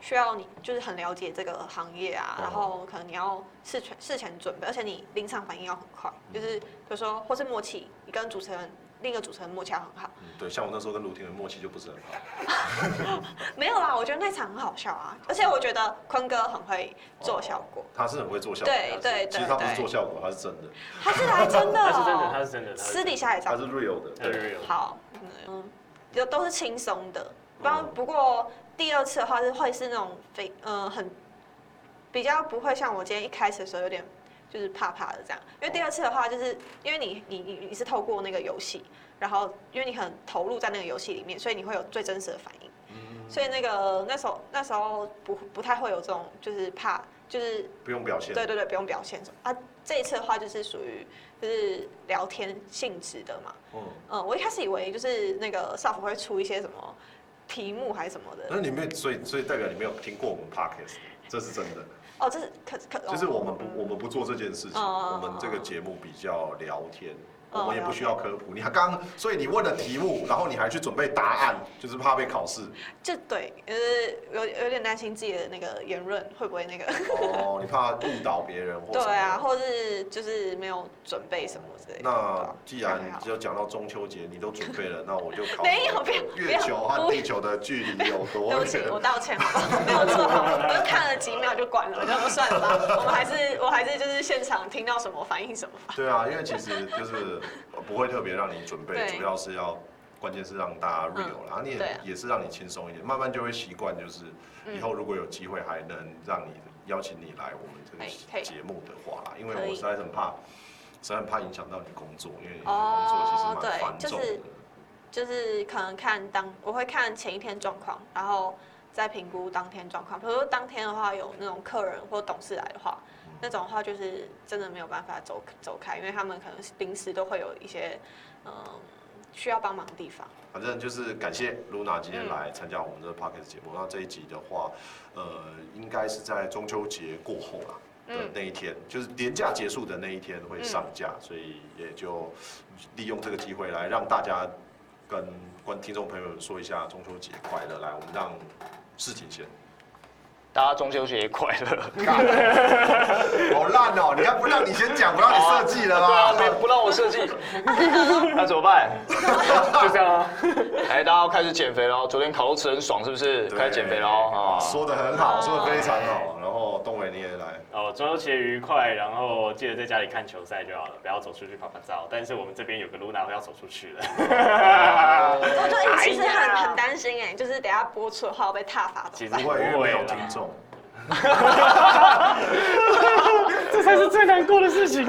S4: 需要你就是很了解这个行业啊，
S1: 哦
S4: 然后可能你要事前事前准备，而且你临场反应要很快，就是比如说或是默契，你跟主持人另一个主持人默契要很好。
S1: 嗯，对，像我那时候跟卢廷的默契就不是很好，
S4: 没有啦，我觉得那场很好笑啊，而且我觉得坤哥很会做效果。
S1: 哦他是很会做效果，
S4: 对对对
S1: 其实他不是
S4: 对
S1: 做效果，他是真的，
S4: 他是来真的、哦，
S2: 他是真的，他是真的，
S4: 私底下也
S1: 他
S4: 找
S1: 是 real 的，
S2: 对
S1: 对，
S4: 好，嗯，就都是轻松的。不然不过第二次的话是会是那种非呃很比较不会像我今天一开始的时候有点就是怕怕的这样，因为第二次的话就是因为你你你你是透过那个游戏，然后因为你很投入在那个游戏里面，所以你会有最真实的反应。所以那个那时候那时候不不太会有这种就是怕就是
S1: 不用表现，
S4: 对对对，不用表现什么啊。这一次的话就是属于就是聊天性质的嘛。
S1: 嗯，
S4: 嗯，我一开始以为就是那个少辅会出一些什么题目还是什么的，
S1: 嗯那你没有，所以所以代表你没有听过我们 podcast，这是真的，
S4: 哦，这是可可，哦
S1: 就是我们不我们不做这件事情，
S4: 哦
S1: 我们这个节目比较聊天。
S4: 哦
S1: 我们也不需要科普，你还刚，所以你问了题目，然后你还去准备答案，就是怕被考试。
S4: 就对，呃，有有点担心自己的那个言论会不会那个，
S1: 哦，你怕误导别人 或什
S4: 对
S1: 么
S4: 啊，或是就是没有准备什么之类的。对
S1: 那
S4: 啊
S1: 既然
S4: 还好
S1: 就讲到中秋节，你都准备了，那我就考
S4: 没有不要不
S1: 月
S4: 要
S1: 球和
S4: 不
S1: 地球的距离有多
S4: 对不起，我
S1: 远？
S4: 道歉，好 不好？没有做好，我就看了几秒就关了，我就说算了吧。我们还是我还是就是现场听到什么反应什么吧。
S1: 对啊，因为其实就是呃不会特别让你准备，
S4: 对
S1: 主要是要关键是让大家
S4: 嗯
S1: real 啦，你
S4: 对
S1: 也
S4: 啊嗯
S1: 也是让你轻松一点，慢慢就会习惯，就是以后如果有机会还能让你邀请你来我们这
S4: 哎可
S1: 个
S4: 以
S1: 节目的话啦，因为
S4: 可以
S1: 我实在是很怕，实在很怕影响到你工作，因为你的工作其
S4: 哦
S1: 实蛮繁
S4: 对
S1: 重的
S4: 就是。就是可能看当我会看前一天状况，然后再评估当天状况。比如说当天的话有那种客人或董事来的话，
S3: 嗯
S4: 那种的话就是真的没有办法走走开，因为他们可能临时都会有一些嗯需要帮忙的地方。
S1: 反正就是感谢露娜今
S3: 嗯
S1: 天来参加我们这个 podcast 节目。那这一集的话，呃，应该是在中秋节过后啦。的
S4: 嗯
S1: 那一天，就是年假结束的那一天会上架，
S3: 嗯
S1: 所以也就利用这个机会来让大家跟观听众朋友说一下中秋节快乐。来，我们让事情先。
S3: 大家中秋节快乐！
S1: 好烂哦、你看不让你先讲，不让你设计了
S3: 对啊，
S1: 啦。
S3: 没不让我设计，那怎么 办？
S2: 就这样啊。
S3: 哎，大家要开始减肥哦喽！昨天烤肉吃得很爽，是不是？
S1: 对
S3: 开始减肥喽啊！
S1: 说的很好，说的非常好。然后东伟你也来，
S2: 哦，中秋节愉快，然后记得在家里看球赛就好了，不要走出去拍拍照。但是我们这边有个 Luna 要走出去了，
S4: 我就
S2: 哎呀
S4: 哦其实很很担心哎、就是等一下播出的话我被踏伐
S2: 其
S4: 怎
S2: 实
S4: 么
S1: 不
S4: 办？
S1: 会，因为没有
S2: 不会啦
S1: 听众。
S2: 这才是最难过的事情。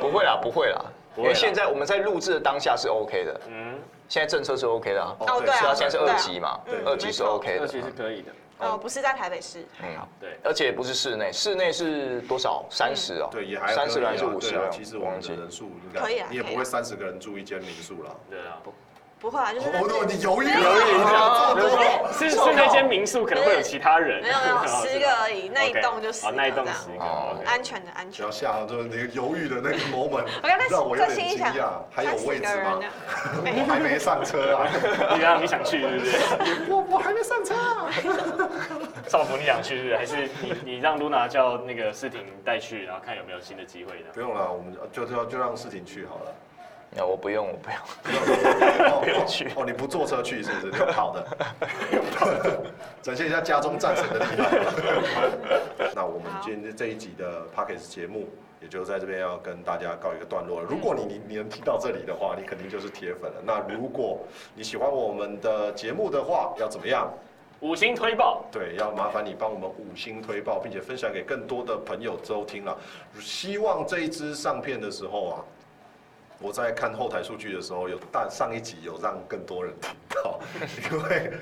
S3: 不会啦，不会啦，
S2: 不
S3: 因
S2: 会啦
S3: 为现在我们在录制的当下是 OK 的，
S2: 嗯，
S3: 现在政策是 OK 的啊。
S1: 哦
S4: 哦
S1: 对
S4: 对
S3: 是啊，
S4: 啊，
S3: 现在是
S4: 对
S3: 二
S4: 啊
S3: 级嘛
S4: 对啊，嗯
S3: 二级是
S4: 没错
S3: OK
S2: 这。
S3: 的
S2: 其实可以的。
S4: 哦，不是在台北市，
S3: 嗯，
S2: 对，
S3: 而且不是室内，室内是多少？三十哦，
S1: 对，也还
S3: 三十
S1: 可以啊
S3: 还是五十
S1: 对啊？其实我们的人数应该
S4: 可以啊
S1: 你也
S4: 可
S1: 不
S4: 以啊
S1: 会三十个人住一间民宿啦。
S2: 对啊。
S4: 不会啊，就是在
S1: 我
S4: 这
S1: 都哦
S4: 里
S1: 你犹豫了，
S3: 啊
S1: 这么多，
S2: 哦是是那间民宿可能会有其他人，
S4: 没有没有
S2: 哦
S4: 十
S2: 是
S4: 个
S2: 吧
S4: 而已，那一
S2: OK，
S4: 栋就十
S2: 哦
S4: 个
S2: 那一栋
S4: 这样
S2: 十个
S3: 哦
S2: OK
S4: 安全的安
S1: 只
S4: 全
S1: 要。吓到就是你犹豫的 那个 moment，
S4: 我刚才
S1: 让我有
S4: 在
S1: 点
S4: 心里
S1: 惊
S4: 想
S1: 讶，，还有
S4: 30
S1: 位
S4: 个
S1: 置
S4: 人
S1: 吗
S4: 这？样
S1: 我 还没上车啊，
S2: 你刚刚你想去是不是？
S1: 我 我还没上车啊。
S2: 少福你想去是不是？还是你你让露娜叫那个世婷带去，然后看有没有新的机会呢？
S1: 不用了，我们就就就让事情去好了。
S3: 那啊我不用，我不用。
S1: 不
S3: 用去
S1: 哦，你不坐车去是不是？用跑的，展现一下家中战神的力量。那我们今天这一集的 Pockets 节目。也就在这边要跟大家告一个段落了。如果你你你能听到这里的话，你肯定就是铁粉了。那如果你喜欢我们的节目的话，要怎么样？
S2: 五星推爆，
S1: 对，要麻烦你帮我们五星推爆，并且分享给更多的朋友收听了。希望这一支上片的时候啊，我在看后台数据的时候有，但上一集有让更多人听到， 因为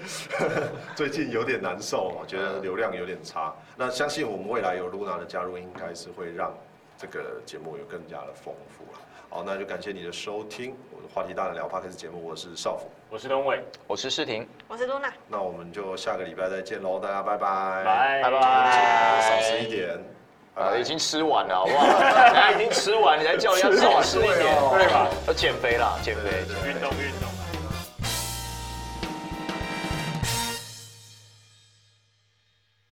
S1: 最近有点难受，我觉得流量有点差。那相信我们未来有露娜的加入，应该是会让这个节目有更加的丰富了。好，那就感谢你的收听，我的话题大人聊 p o d c 节目，我是少辅，
S2: 我是东伟，
S3: 我是诗婷，
S4: 我是露娜，
S1: 那我们就下个礼拜再见喽，大家拜
S2: 拜
S1: 哎拜。
S2: 拜
S3: 拜拜。
S1: 少吃一点，
S3: 啊，已经吃完了，好不好？ 人家已经吃完，你还叫人家少吃一点，
S1: 对哦
S3: 对吧？要减肥啦，减肥。
S1: 对对对
S2: 运动运动。